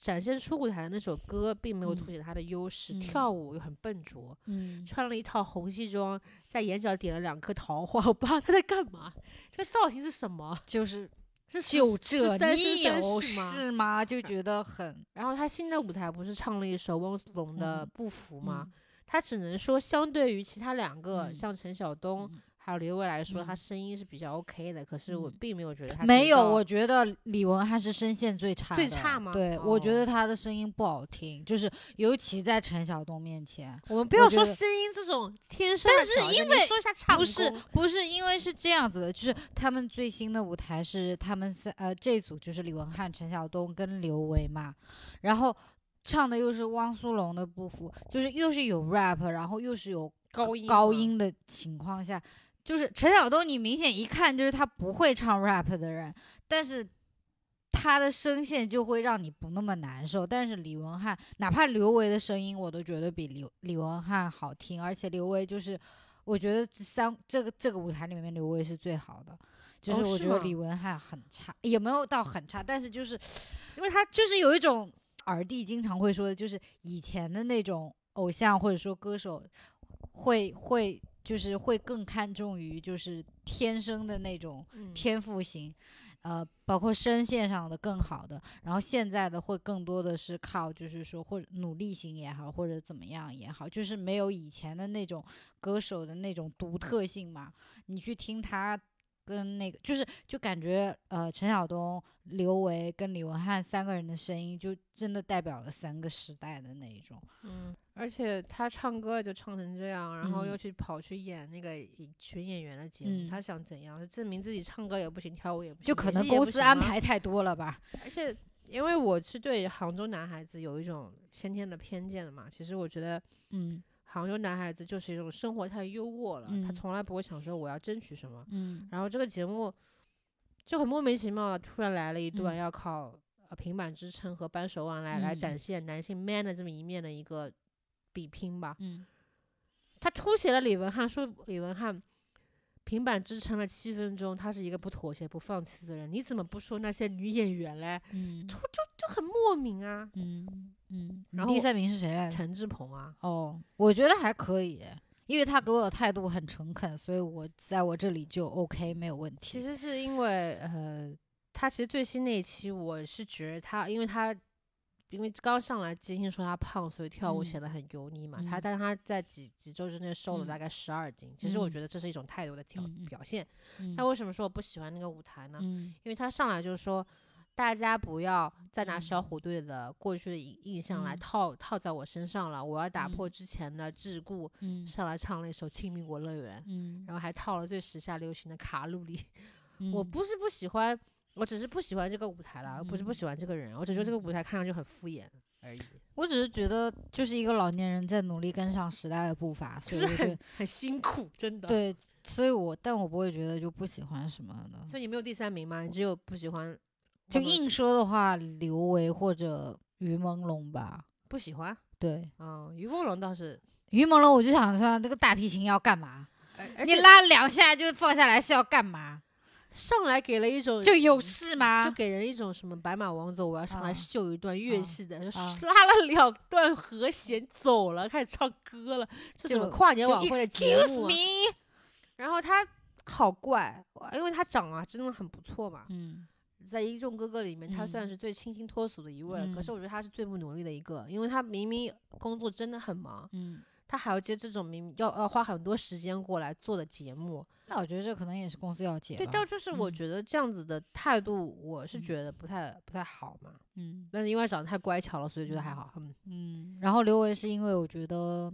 展现出舞台的那首歌并没有
嗯
凸显他的优势，
嗯
跳舞又很笨拙，
嗯，
穿了一套红西装，在眼角点了两颗桃花， 我不知道他在干嘛，这造型是什么？
就是
是十
就是这，
三生
你
三
有
世吗？
事吗？就觉 得很
然后他新的舞台不是唱了一首汪苏泷的《
嗯
不服》吗？他只能说，相对于其他两个，
嗯
像陈晓东、
嗯
还有刘伟来说，他
嗯
声音是比较 OK 的。可是我
嗯
并没有觉得他
没
得
有，
到
我觉得李玟还是声线最差的，
最差吗
对，我觉
哦
得她的声音不好听，就是尤其在陈晓东面前，
我们不
我
要
觉
说
得
声音这种天生的
但是
条件
因
你
为
说一下唱
不是
功
不是因为是这样子的，就是他们最新的舞台是他们三呃这一组就是李玟翰、陈晓东跟刘维嘛，然后唱的又是汪苏泷的不服，就是又是有 rap，然后又是有
高音
高
吗
音的情况下，就是陈晓东，你明显一看就是他不会唱 rap 的人，但是他的声线就会让你不那么难受。但是李文翰，哪怕刘维的声音，我都觉得比刘李文翰好听，而且刘维就是，我觉得这三这个这个舞台里面刘维是最好的。就
哦
是我
是
觉得
吗
李文翰很差，也没有到很差，但是就是
因为他
就是有一种耳帝经常会说的，就是以前的那种偶像或者说歌手会会就是会更看重于就是天生的那种
嗯
天赋型，呃，包括声线上的更好的，然后现在的会更多的是靠就是说或者努力型也好，或者怎么样也好，就是没有以前的那种歌手的那种独特性嘛。你去听他跟那个，就是就感觉呃，陈晓东、刘维跟李文翰三个人的声音，就真的代表了三个时代的那一种。
嗯，而且他唱歌就唱成这样，然后又
嗯
去跑去演那个一群演员的节目，
嗯
他想怎样？证明自己唱歌也不行，跳舞也不行，
就可
演
能
戏也
公
不
司
行啊
安
吗。
排太多了吧？
而且，因为我是对杭州男孩子有一种先天的偏见的嘛，其实我觉得
嗯
杭州男孩子就是一种生活太优渥了，他
嗯
从来不会想说我要争取什么。
嗯
然后这个节目就很莫名其妙的突然来了一段
嗯
要靠呃平板支撑和扳手腕来、来展
嗯
现男性 man 的这么一面的一个比拼吧。
嗯
他凸显了李文翰，说李文翰平板支撑了七分钟，他是一个不妥协、不放弃的人。你怎么不说那些女演员嘞？
嗯
就很莫名啊。
嗯嗯。
然
第
后
三名是谁来着？
陈志朋啊，
哦，我觉得还可以，因为他给我的态度很诚恳，所以我在我这里就 OK 没有问
其
题。
实是因为呃，他其实最新那一期，我是觉得他，因为他因为刚上来金星说他胖，所以跳舞
嗯
显得很油腻嘛。他
嗯
但他在几几周之内瘦了
嗯
大概十二斤。其实我
嗯
觉得这是一种态度的表、
嗯嗯
表现。
嗯
那为什么说我不喜欢那个舞台呢？
嗯
因为他上来就是说，大家不要再拿
嗯
小虎队的过去的印印象来
嗯
套、套在我身上了，我要打破
嗯
之前的桎梏。
嗯
上来唱了一首《亲民国乐园》，
嗯，
然后还套了最时下流行的卡路里。
嗯
我不是不喜欢，我只是不喜欢这个舞台啦，不是不
嗯
喜欢这个人，我只是说这个舞台看上去很敷衍而已，
我只是觉得就是一个老年人在努力跟上时代的步伐，所
就是
以我觉
很
得
很辛苦，真的。，
对，所以我但我不会觉得就不喜欢什么的。
所以你没有第三名吗？你只有不喜欢，
就
或者是
硬说的话，刘维或者于朦胧吧。
不喜欢。
对，
嗯，于朦胧倒是，
于朦胧，我就想说这个大提琴要干嘛？
而而
你
且
拉两下就放下来是要干嘛？
上来给了一种嗯
就有事吗？
就给人一种什么白马王走，我要上来
啊
秀一段乐器的，就
啊
拉了两段和弦走了，开始唱歌了，是什么
就
跨年
就
晚会的节
Excuse
目、啊？
me，
然后他好怪，哇因为他长啊真的很不错嘛，
嗯
在一众哥哥里面，他算
嗯
是最清新脱俗的一位，可是
嗯
我觉得他是最不努力的一个，因为他明明工作真的很忙，
嗯，
他还要接这种明明要要花很多时间过来做的节目，
那我觉得这可能也是公司要解
对，
吧
但就是我
嗯
觉得这样子的态度，我是
嗯
觉得不太不太好嘛。
嗯
但是因为长得太乖巧了，所以觉得还好。嗯，
嗯，然后刘维是因为我觉得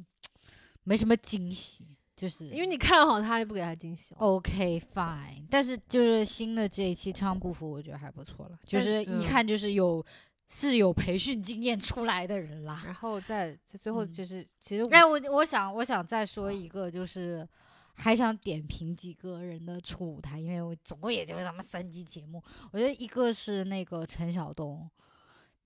没什么惊喜，就是
因为你看好他，就不给他惊喜。，哦
哦 OK fine，但是就是新的这一期唱不服，我觉得还不错了，就
但是
是一
嗯
看就是有、是有培训经验出来的人啦。
然后在在最后
嗯
就是，其实我
哎，我我想我想再说一个，就是还想点评几个人的初舞台，因为我总共也就是咱们三期节目，我觉得一个是那个陈晓东。
嗯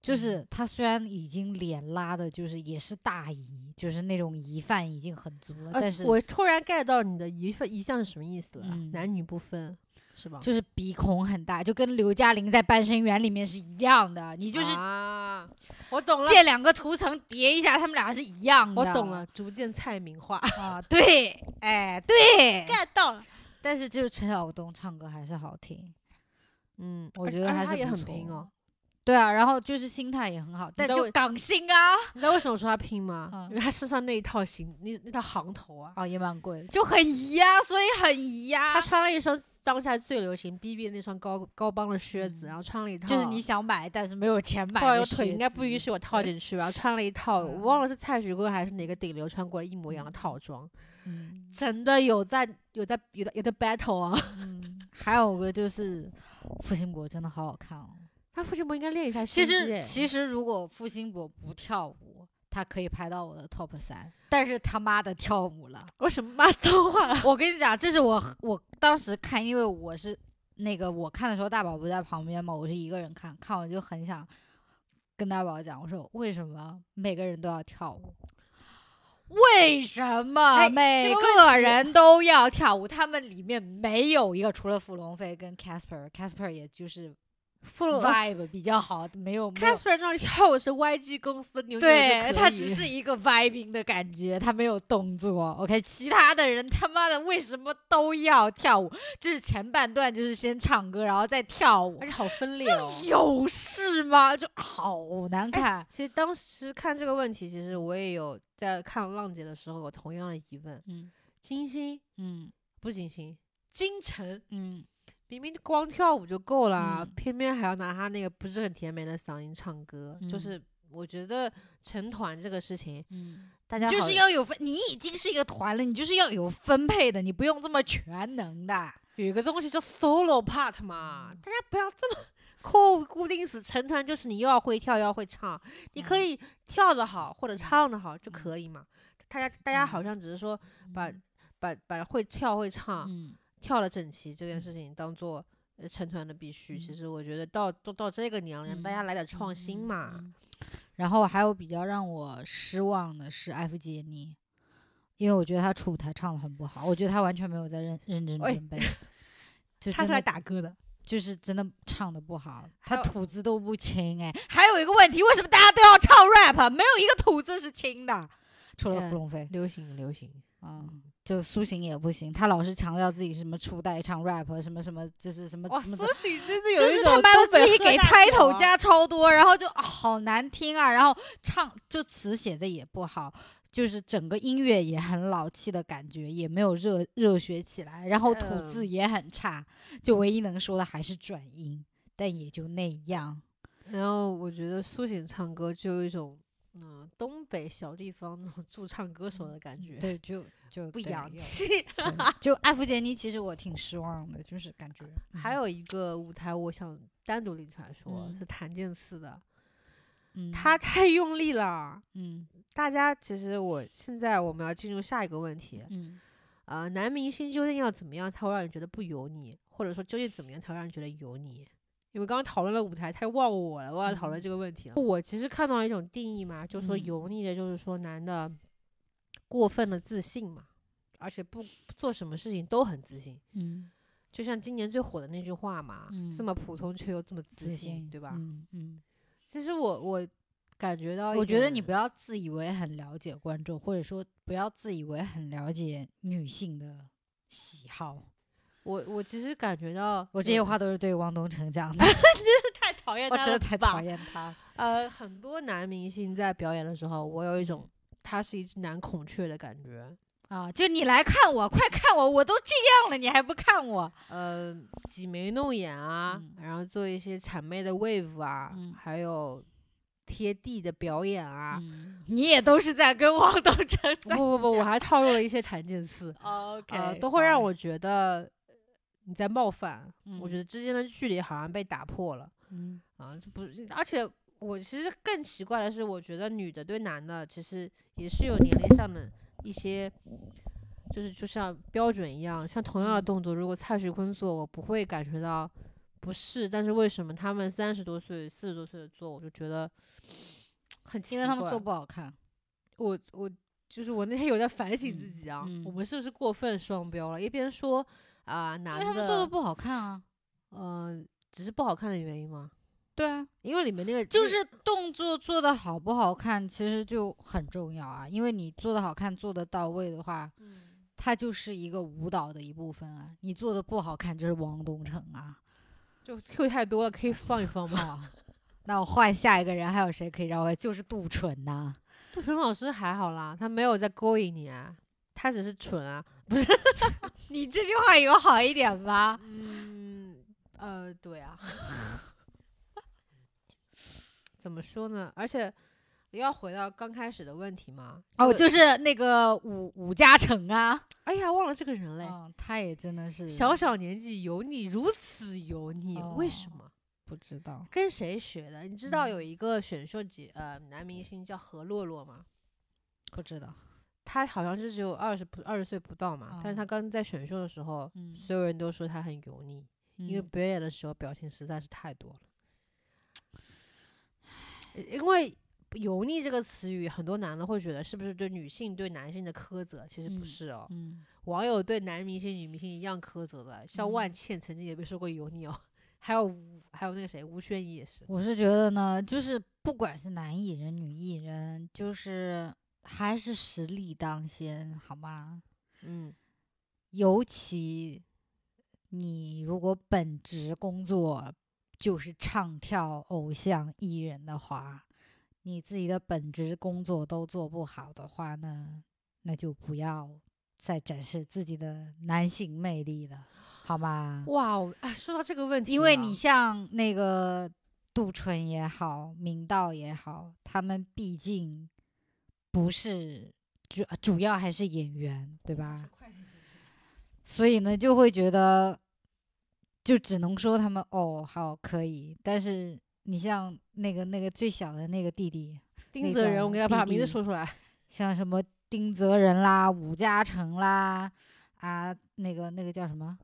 就是他虽然已经脸拉的，就是也是大姨，就是那种疑犯已经很足了，
呃
但是
我突然 get 到你的一份一项是什么意思了，
嗯
男女不分，是吧？
就是鼻孔很大，就跟刘嘉玲在《半生缘》里面是一样的。你就是
啊，我懂了，
借两个图层叠一下，他们俩是一样的。
我懂了，逐渐蔡明化
啊，对，哎，对。
get 到了。
但是就是陈晓东唱歌还是好听，
嗯，
我
而
觉得
而且
还
他
是
也
不
很
错
拼哦。
对啊，然后就是心态也很好，但
知道
就
为
港星啊，
你知道为什么我说他拼吗？
嗯
因为他身上那一套行，那那套行头啊，
哦也蛮贵的，就很移呀、所以很啊移呀、
他穿了一双当下最流行 BB 的那双高高帮的靴子，
嗯
然后穿了一套，
就是你想买，但是没有钱买
后来
的
我
靴子。嗯
腿应该哦不允许我套进去吧，穿了一套，我忘了是蔡徐坤还是哪个顶流穿过了一模一样的套装，
嗯。
真的有在有在有的有的 battle 啊！
嗯，还有个就是付辛博真的好好看哦。
他父亲不应该练一下胸
其
肌
实
哎？
其实如果付辛博不跳舞，他可以排到我的 top 三，但是他妈的跳舞了。
为什么骂脏话？
我跟你讲，这是我我当时看，因为我是那个我看的时候，大宝不在旁边嘛，我是一个人看，看我就很想跟大宝讲，我说为什么每个人都要跳舞？为什么
哎
每
这个
个人都要跳舞？他们里面没有一个除了傅龙飞跟 Casper，Casper 也就是
父
vibe 比较好，没有没有
Casper 那跳舞是 YG 公司的牛
对他 只是一个 vibing 的感觉，他没有动作。OK，其他的人他妈的为什么都要跳舞？就是前半段就是先唱歌，然后再跳舞
而，且好分裂哦。
有事吗？就好难看。
其实当时看这个问题，其实我也有在看浪姐的时候有同样的疑问：
嗯
金星
嗯
不是金星，金晨
嗯
明明光跳舞就够了啊，
嗯
偏偏还要拿他那个不是很甜美的嗓音唱歌，就
嗯
是我觉得成团这个事情，
嗯，
大家
就是
好
要有分，你已经是一个团了，你就是要有分配的，你不用这么全能的。
有一个东西叫 solo part
嗯
嘛，大家不要这么 固固定死，成团就是你又要会跳，又要会唱，你可
嗯
以跳得好或者
嗯
唱得好就
嗯
可以嘛。大家大家好
嗯
像只是说把把把会跳会唱
嗯
跳了整齐这件
嗯
事情当做。呃成团的必须，其
嗯
实我觉得到都到这个年龄，大家来点创新嘛。
嗯嗯然后还有比较让我失望的是艾弗杰尼，因为我觉得他初舞台唱的很不好，我觉得他完全没有在认认真
哎
准备，就
他
真
是来
的
打歌的。
就是真的唱的不好，
还
他
有
吐字都不清哎。还有一个问题，为什么大家都要唱 rap，没有一个吐字是清的？除了
嗯
傅龙飞
流行流行，
啊、就苏醒也不行，他老是强调自己什么初代唱 rap，什么什么，就是什么
哇，
什么
苏醒真的有
就
一
是
种
他妈
东
的
北
自己
喝
给
大
开
酒
头
啊，
加超多，然后就、啊好难听啊，然后唱就词写的也不好，就是整个音乐也很老气的感觉，也没有热热血起来，然后吐字也很差，就唯一能说的还是转音，但也就那样。
然后我觉得苏醒唱歌就有一种嗯东北小地方那种驻唱歌手的感觉，
嗯对，就就
不
对
洋
有
气。
对就艾弗杰尼，其实我挺失望的，就是感觉
还，有一个舞台，我想单独拎出来说，
嗯
是谭健次的，
嗯嗯
他太用力了。
嗯
大家其实我现在我们要进入下一个问题
嗯
啊、男明星究竟要怎么样才会让人觉得不油腻，或者说究竟怎么样才会让人觉得油腻？因为刚刚讨论了舞台，太忘我了，忘了讨论
嗯
这个问题了。我其实看到一种定义嘛，就说
嗯
油腻的，就是说男的过分的自信嘛，而且不做什么事情都很自信。
嗯，
就像今年最火的那句话嘛，
嗯
这么普通却又这么自
自
信，
信
对吧？
嗯嗯。
其实我我感觉到一点，
我觉得你不要自以为很了解观众，或者说不要自以为很了解女性的喜好。
我我其实感觉到，
我这些话都是对汪东城讲的，
太讨厌
我
他
真的
了
太
吧
讨厌他了。
呃，很多男明星在表演的时候，我有一种他是一只男孔雀的感觉。
啊！就你来看我，快看我，我都这样了，你还不看我？
呃，挤眉弄眼啊，
嗯
然后做一些谄媚的 wave 啊，
嗯
还有贴地的表演啊。
嗯你也都是在跟汪东城
不
在。
不不， 我还套入了一些谭健次，
嗯 OK，、
呃，都会让我觉得你在冒犯。我觉
得，
得之间的距离好像被打破了。
嗯
啊，这不，而且我其实更奇怪的是，我觉得女的对男的其实也是有年龄上的一些，就是就像标准一样，像同样的
嗯
动作，如果蔡徐坤做，我不会感觉到不适，但是为什么他们三十多岁、四十多岁的做，我就觉得很奇怪？
因为他们做不好看。
我我就是我那天有在反省自
嗯
己啊，
嗯
我们是不是过分双标了？一边说啊、
因
男
为
的，
他们做的，不好看啊，
呃，只是不好看的原因吗？
对啊，
因为里面那个
就
那
是动作做的好不好看，其实就很重要啊。因为你做的好看，做的到位的话，它就是一个舞蹈的一部分啊。你做的不好看，就是汪东城啊。
就 Q 太多了，可 以放一放吗？
好，那我换下一个人，还有谁可以让我？就是杜淳呐、
杜淳老师还好啦，他没有在勾引你啊，他只是蠢啊。
你这句话有好一点吗？
嗯，呃，对啊。 怎么说呢？而且要回到刚开始的问题嘛。这
哦，
个
就是那个武武嘉诚啊，
哎呀，忘了这个人嘞。
嗯，他也真的是
小小年纪油腻，如此油腻，为什
哦
么？
不知道，
跟谁学的？你知道
嗯
有一个选秀节呃男明星叫何洛洛吗？
不知道，
他好像是只有二十不二十岁不到嘛，但是他
哦
刚在选秀的时候，
嗯
所有人都说他很油腻，因为
嗯
表演的时候表情实在是太多了。呃因为“油腻”这个词语，很多男的会觉得是不是对女性对男性的苛责？其实不
嗯
是哦，
嗯
网友对男明星、女明星一样苛责的。像万
嗯
茜曾经也被说过油腻哦，还有吴还有那个谁吴宣仪也是。
我是觉得呢，就是不管是男艺人、女艺人，就是还是实力当先，好吗？
嗯，
尤其你如果本职工作就是唱跳偶像艺人的话，你自己的本职工作都做不好的话呢，那就不要再展示自己的男性魅力了，好吗？
哇哦，哎，说到这个问题啊，
因为你像那个杜淳也好，明道也好，他们毕竟不是主主要还是演员，对吧？所以呢，就会觉得，就只能说他们哦，好可以。但是你像那个那个最小的那个弟弟，
丁
那
泽仁，我
种
给他把
弟
名字
弟
说出来。
像什么丁泽仁啦、武嘉诚啦，啊，那个那个叫什么？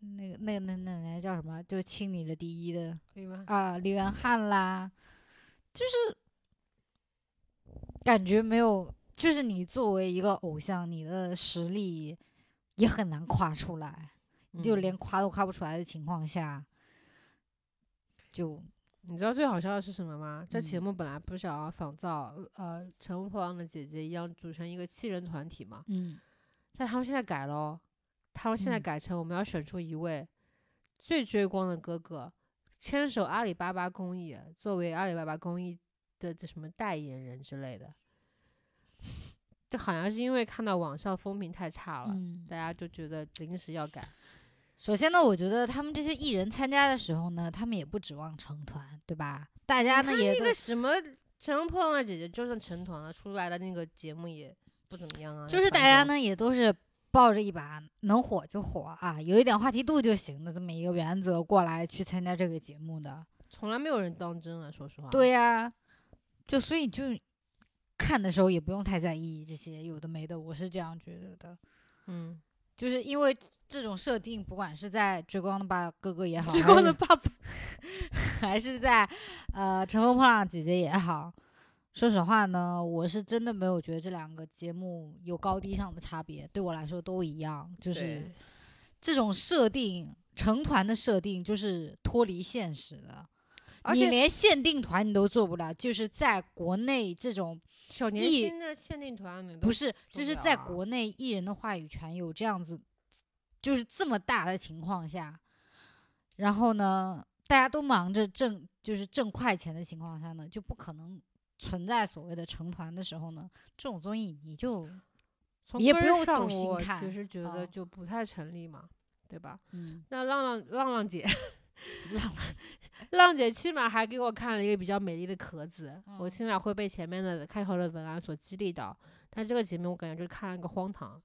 那个那个那那那个叫什么？就亲你的第一的
可以吗？
啊，李元汉啦，就是感觉没有就是你作为一个偶像，你的实力也很难夸出来，
嗯
就连夸都夸不出来的情况下，就
你知道最好笑的是什么吗？这节
嗯
目本来不是想要仿造呃《乘风破浪的姐姐》一样组成一个七人团体嘛，
嗯
但他们现在改了哦，他们现在
嗯
改成我们要选出一位最追光的哥哥，牵手阿里巴巴公益，作为阿里巴巴公益的这什么代言人之类的。 这好像是因为看到网上风评太差了，
嗯。
大家就觉得临时要改。
首先呢，我觉得他们这些艺人参加的时候呢，他们也不指望成团，对吧？大家呢也
那
都
个什么《乘风破浪啊的姐姐》就算成团了，出来的那个节目也不怎么样啊。
就是大家，呢也都是抱着一把能火就火啊，有一点话题度就行的这么一个原则过来去参加这个节目
啊
的。
从来没有人当真啊，说实话。
对呀、就所以就看的时候也不用太在意这些有的没的，我是这样觉得的。
嗯，
就是因为这种设定，不管是在《追光的吧哥哥》也好，
最
还
高
是
的爸爸，
还是在呃《乘风破浪姐姐》也好，说实话呢，我是真的没有觉得这两个节目有高低上的差别，对我来说都一样，就是
对
这种设定。成团的设定就是脱离现实的，
而
你
且
连限定团你都做不了，就是在国内这种
小年
一
轻的限定团你都
不是，
做
就
不
是
了
在
啊
国内艺人的话语权有这样子，就是这么大的情况下，然后呢，大家都忙着挣就是挣快钱的情况下呢，就不可能存在所谓的成团的时候呢，这种综艺你就
从
也
根
不
儿
用
上
走心
我
看
其实觉得
啊
就不太成立嘛，对吧？
嗯
那浪浪浪浪 姐，
浪了。
浪姐起码还给我看了一个比较美丽的壳子，我
嗯
起码会被前面的开头的文案所激励到。但这个节目我感觉就看了个荒唐，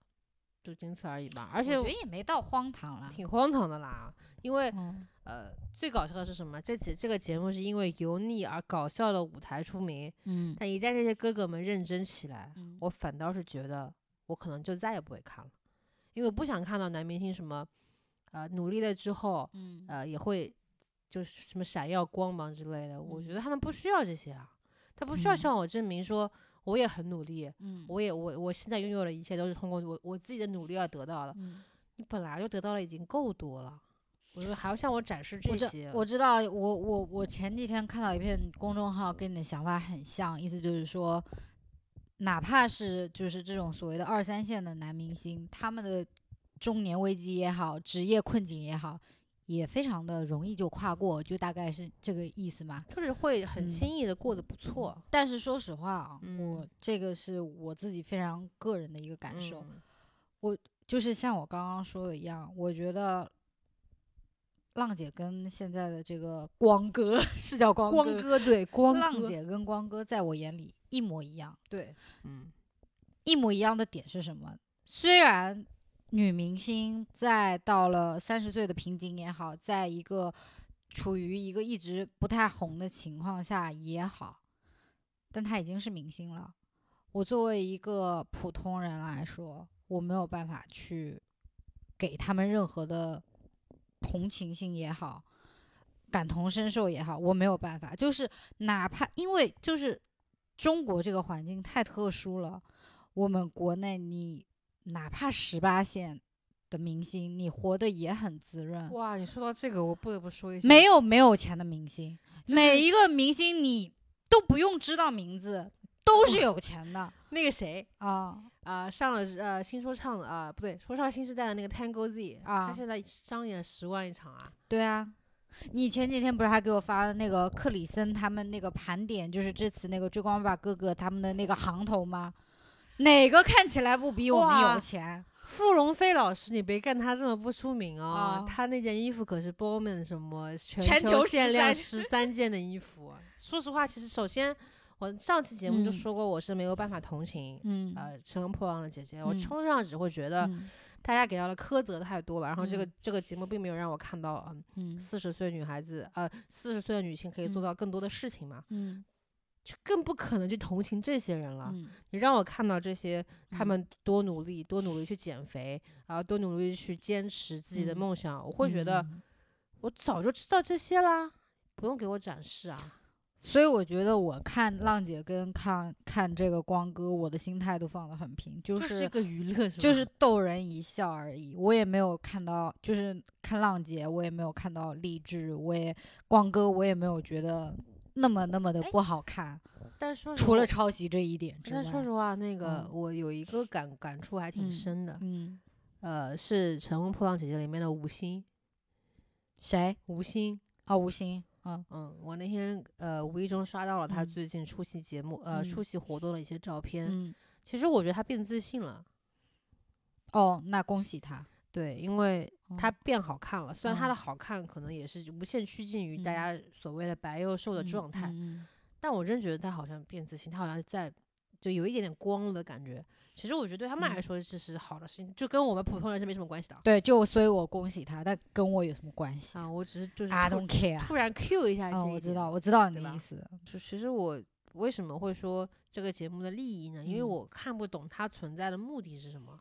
就仅此而已吧。而且
我觉得也没到荒唐啦。
挺荒唐的啦，因为
嗯
呃，最搞笑的是什么？这节这个节目是因为油腻而搞笑的舞台出名，
嗯
但一旦这些哥哥们认真起来，
嗯
我反倒是觉得我可能就再也不会看了，因为我不想看到男明星什么，呃，努力了之后，
嗯
呃，也会就是什么闪耀光芒之类的。我觉
嗯
得他们不需要这些啊，他不需要
嗯
向我证明说我也很努力，
嗯
我也我我现在拥有的一切都是通过我我自己的努力而得到的。
嗯，
你本来就得到了已经够多了，我觉得还要向我展示这
我知
些。
我知道，我我我前几天看到一篇公众号，跟你的想法很像，意思就是说，哪怕是就是这种所谓的二三线的男明星，他们的中年危机也好，职业困境也好，也非常的容易就跨过，就大概是这个意思嘛。
就是会很
嗯
轻易的过得不错，
但是说实话啊，我
嗯
这个是我自己非常个人的一个感受，
嗯
就是像我刚刚说的一样，我觉得。浪姐跟现在的这个光哥 是叫光
光哥 对光
浪
哥
姐跟光哥在我眼里一模一样，
对，嗯，
一模一样的点是什么？虽然女明星在到了三十岁的瓶颈也好，在一个处于一个一直不太红的情况下也好，但她已经是明星了。我作为一个普通人来说，我没有办法去给他们任何的同情心也好，感同身受也好，我没有办法。就是哪怕因为就是中国这个环境太特殊了，我们国内你哪怕十八线的明星，你活得也很滋润。
哇，你说到这个，我不得不说一下，
没有没有钱的明星，
就是
每一个明星你都不用知道名字，都
嗯
是有钱的
那个谁。
啊。
啊、上了呃新说唱的啊、不对，说唱新时代的那个 Tango Z 他
啊
现在商演十万一场啊，
对啊，你前几天不是还给我发了那个克里森他们那个盘点，就是这次那个《追光吧哥哥》他们的那个行头吗？哪个看起来不比我们
哇
有钱？
傅龙飞老师，你别看他这么不出名哦，
啊
他那件衣服可是 Bowman 什么
全
全
球
限量十
13
三件的衣服。啊说实话，其实首先我上期节目就
嗯
说过，我是没有办法同情、
嗯
呃乘风破浪的姐姐，我
嗯
冲上只会觉得
嗯
大家给到的苛责太多了，然后这个、
嗯
这个节目并没有让我看到，嗯，
嗯
四十岁女孩子呃四十岁的女性可以做
嗯
到更多的事情嘛，
嗯
就更不可能去同情这些人了。
嗯
你让我看到这些他
嗯
们多努力，多努力去减肥，啊，多努力去坚持自己的
嗯
梦想，我会觉得
嗯
我早就知道这些啦，不用给我展示啊。
所以我觉得我看浪姐跟看看这个光哥，我的心态都放得很平，就
就是这个娱乐是吧？
就是逗人一笑而已。我也没有看到，就是看浪姐，我也没有看到励志，我也光哥，我也没有觉得那么那么的
哎
不好看，
但说实
除
话
了抄袭这一点之
但
外。
说实话，那个
嗯
我有一个感感触还挺
嗯
深的，
嗯，
呃，是《乘风破浪姐姐》里面的吴昕，
谁
吴昕。
啊？吴昕啊，
嗯，我那天呃无意中刷到了她
嗯
最近出席节目、呃
嗯
出席活动的一些照片，
嗯，
其实我觉得她变自信了，
哦，那恭喜他。
对，因为她
哦
变好看了。虽然她的
嗯
好看可能也是无限趋近于大
嗯
家所谓的白又瘦的
嗯
状态，
嗯嗯
但我真觉得她好像变自信，她好像在就有一点点光了的感觉。其实我觉得对他们来
嗯
说这是好的事情，就跟我们普通人是没什么关系的啊。
对，就所以，我恭喜他，但跟我有什么关系
啊，我只是就是
？I
突
don't care。
突然 Q 一下这一、
嗯，我知道，。我知道你
对吧
的意思。
就其实我为什么会说这个节目的利益呢？因为
嗯
我看不懂它存在的目的是什么，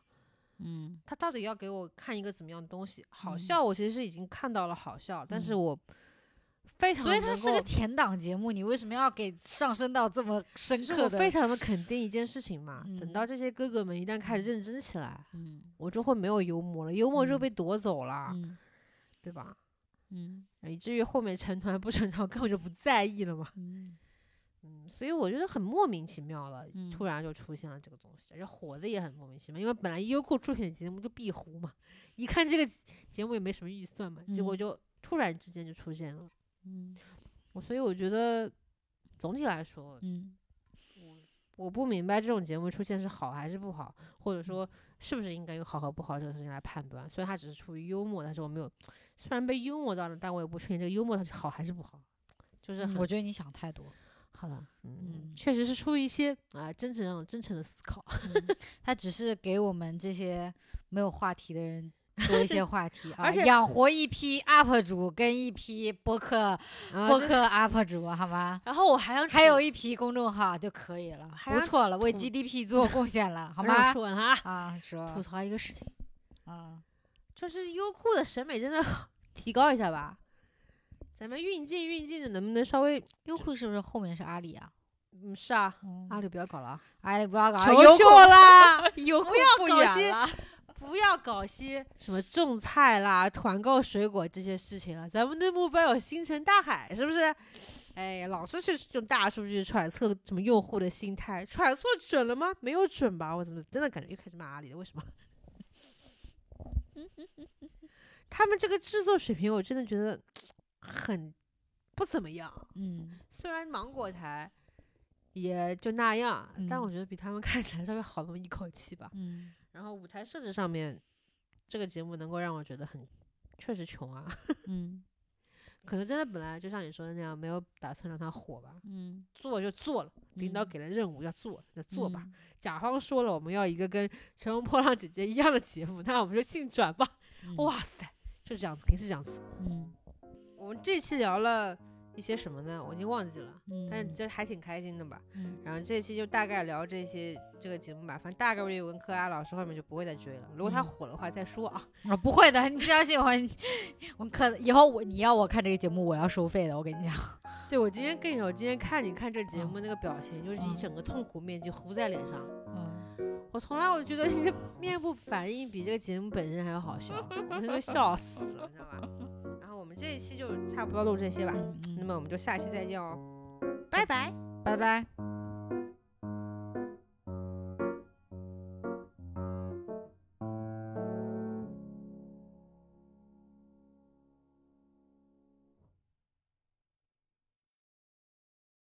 嗯
它到底要给我看一个怎么样的东西？好
嗯
笑，我其实是已经看到了好笑，但是
嗯
我非，常
所以它
能
是个
够
甜档节目，你为什么要给上升到这么深
就是
刻
我
的？
非常的肯定一件事情嘛。等到
嗯
这些哥哥们一旦开始认真起来，
嗯
我就会没有幽默了，幽默就
嗯
被夺走了，
嗯
对吧？
嗯
以至于后面成团不成团， 我根本就不在意了嘛。
嗯，
嗯，所以我觉得很莫名其妙的，
嗯
突然就出现了这个东西，而且火的也很莫名其妙，因为本来优酷出品的节目就必糊嘛，一看这个节目也没什么预算嘛，结果
嗯
就突然之间就出现了，
嗯
我所以我觉得总体来说，
嗯
我不明白这种节目出现是好还是不好，或者说是不是应该用好和不好这个事情来判断，虽然它只是出于幽默，但是我没有，虽然被幽默到了，但我也不确定这个幽默它是好还是不好，就是
嗯
很
我觉得你想太多。
好了，嗯，
嗯
确实是出于一些啊、真诚真诚的思考。
嗯它只是给我们这些没有话题的人做一些 话题啊，
而且
养活一批 UP 主跟一批播客
啊
播
对
客 UP 主，好吗？
然后我还想
还
吐
有一批公众号就可以了，
还
不
要
错了，为
吐
GDP 做贡献了，好
让我
吗？
说完了啊，
啊，说
吐槽一个事情，
啊，
就是优酷的审美真的好提高一下吧。咱们运镜运镜的，能不能稍微？
优酷是不是后面是阿里啊？
嗯，是啊，
嗯
阿里不要搞了啊，
阿里不要搞啊
求
优
求
酷
啦，
优酷不
搞
远
些
了，
不要搞些什么种菜啦、团购水果这些事情了。咱们的目标有星辰大海，是不是？哎，老是去用大数据揣测什么用户的心态，揣测准了吗？没有准吧？我怎么真的感觉又开始骂阿里了？为什么？ 他们这个制作水平，我真的觉得很不怎么样。
嗯
虽然芒果台也就那样，但
嗯
我觉得比他们看起来稍微好那么一口气吧。
嗯，
然后舞台设置上面，这个节目能够让我觉得很确实穷啊，
嗯
可能真的本来就像你说的那样，没有打算让它火吧，
嗯，
做就做了，领导
嗯
给了任务要做就做吧。
嗯，
甲方说了我们要一个跟《乘风破浪姐姐》一样的节目，那我们就净转吧。
嗯，
哇塞，就是这样子，肯定是这样子。
嗯
我们这期聊了一些什么呢？我已经忘记了。
嗯，
但是这还挺开心的吧？
嗯
然后这期就大概聊这些这个节目吧，反正大概率文科啊老师后面就不会再追了。如果他
嗯
火的话再说啊。
啊不会的，你 相信我，我看以后我你要我看这个节目，我要收费的，我跟你讲，
对，我今天跟你说，我今天看你看这节目
嗯
那个表情，就是一
嗯
整个痛苦面具糊在脸上。
嗯，
我从来我觉得你的面部反应比这个节目本身还要好笑，我真的笑死了，你知道吧？然后我们这一期就差不多录这些吧，
嗯
那
嗯
么我们就下期再见哦，拜拜。
拜拜。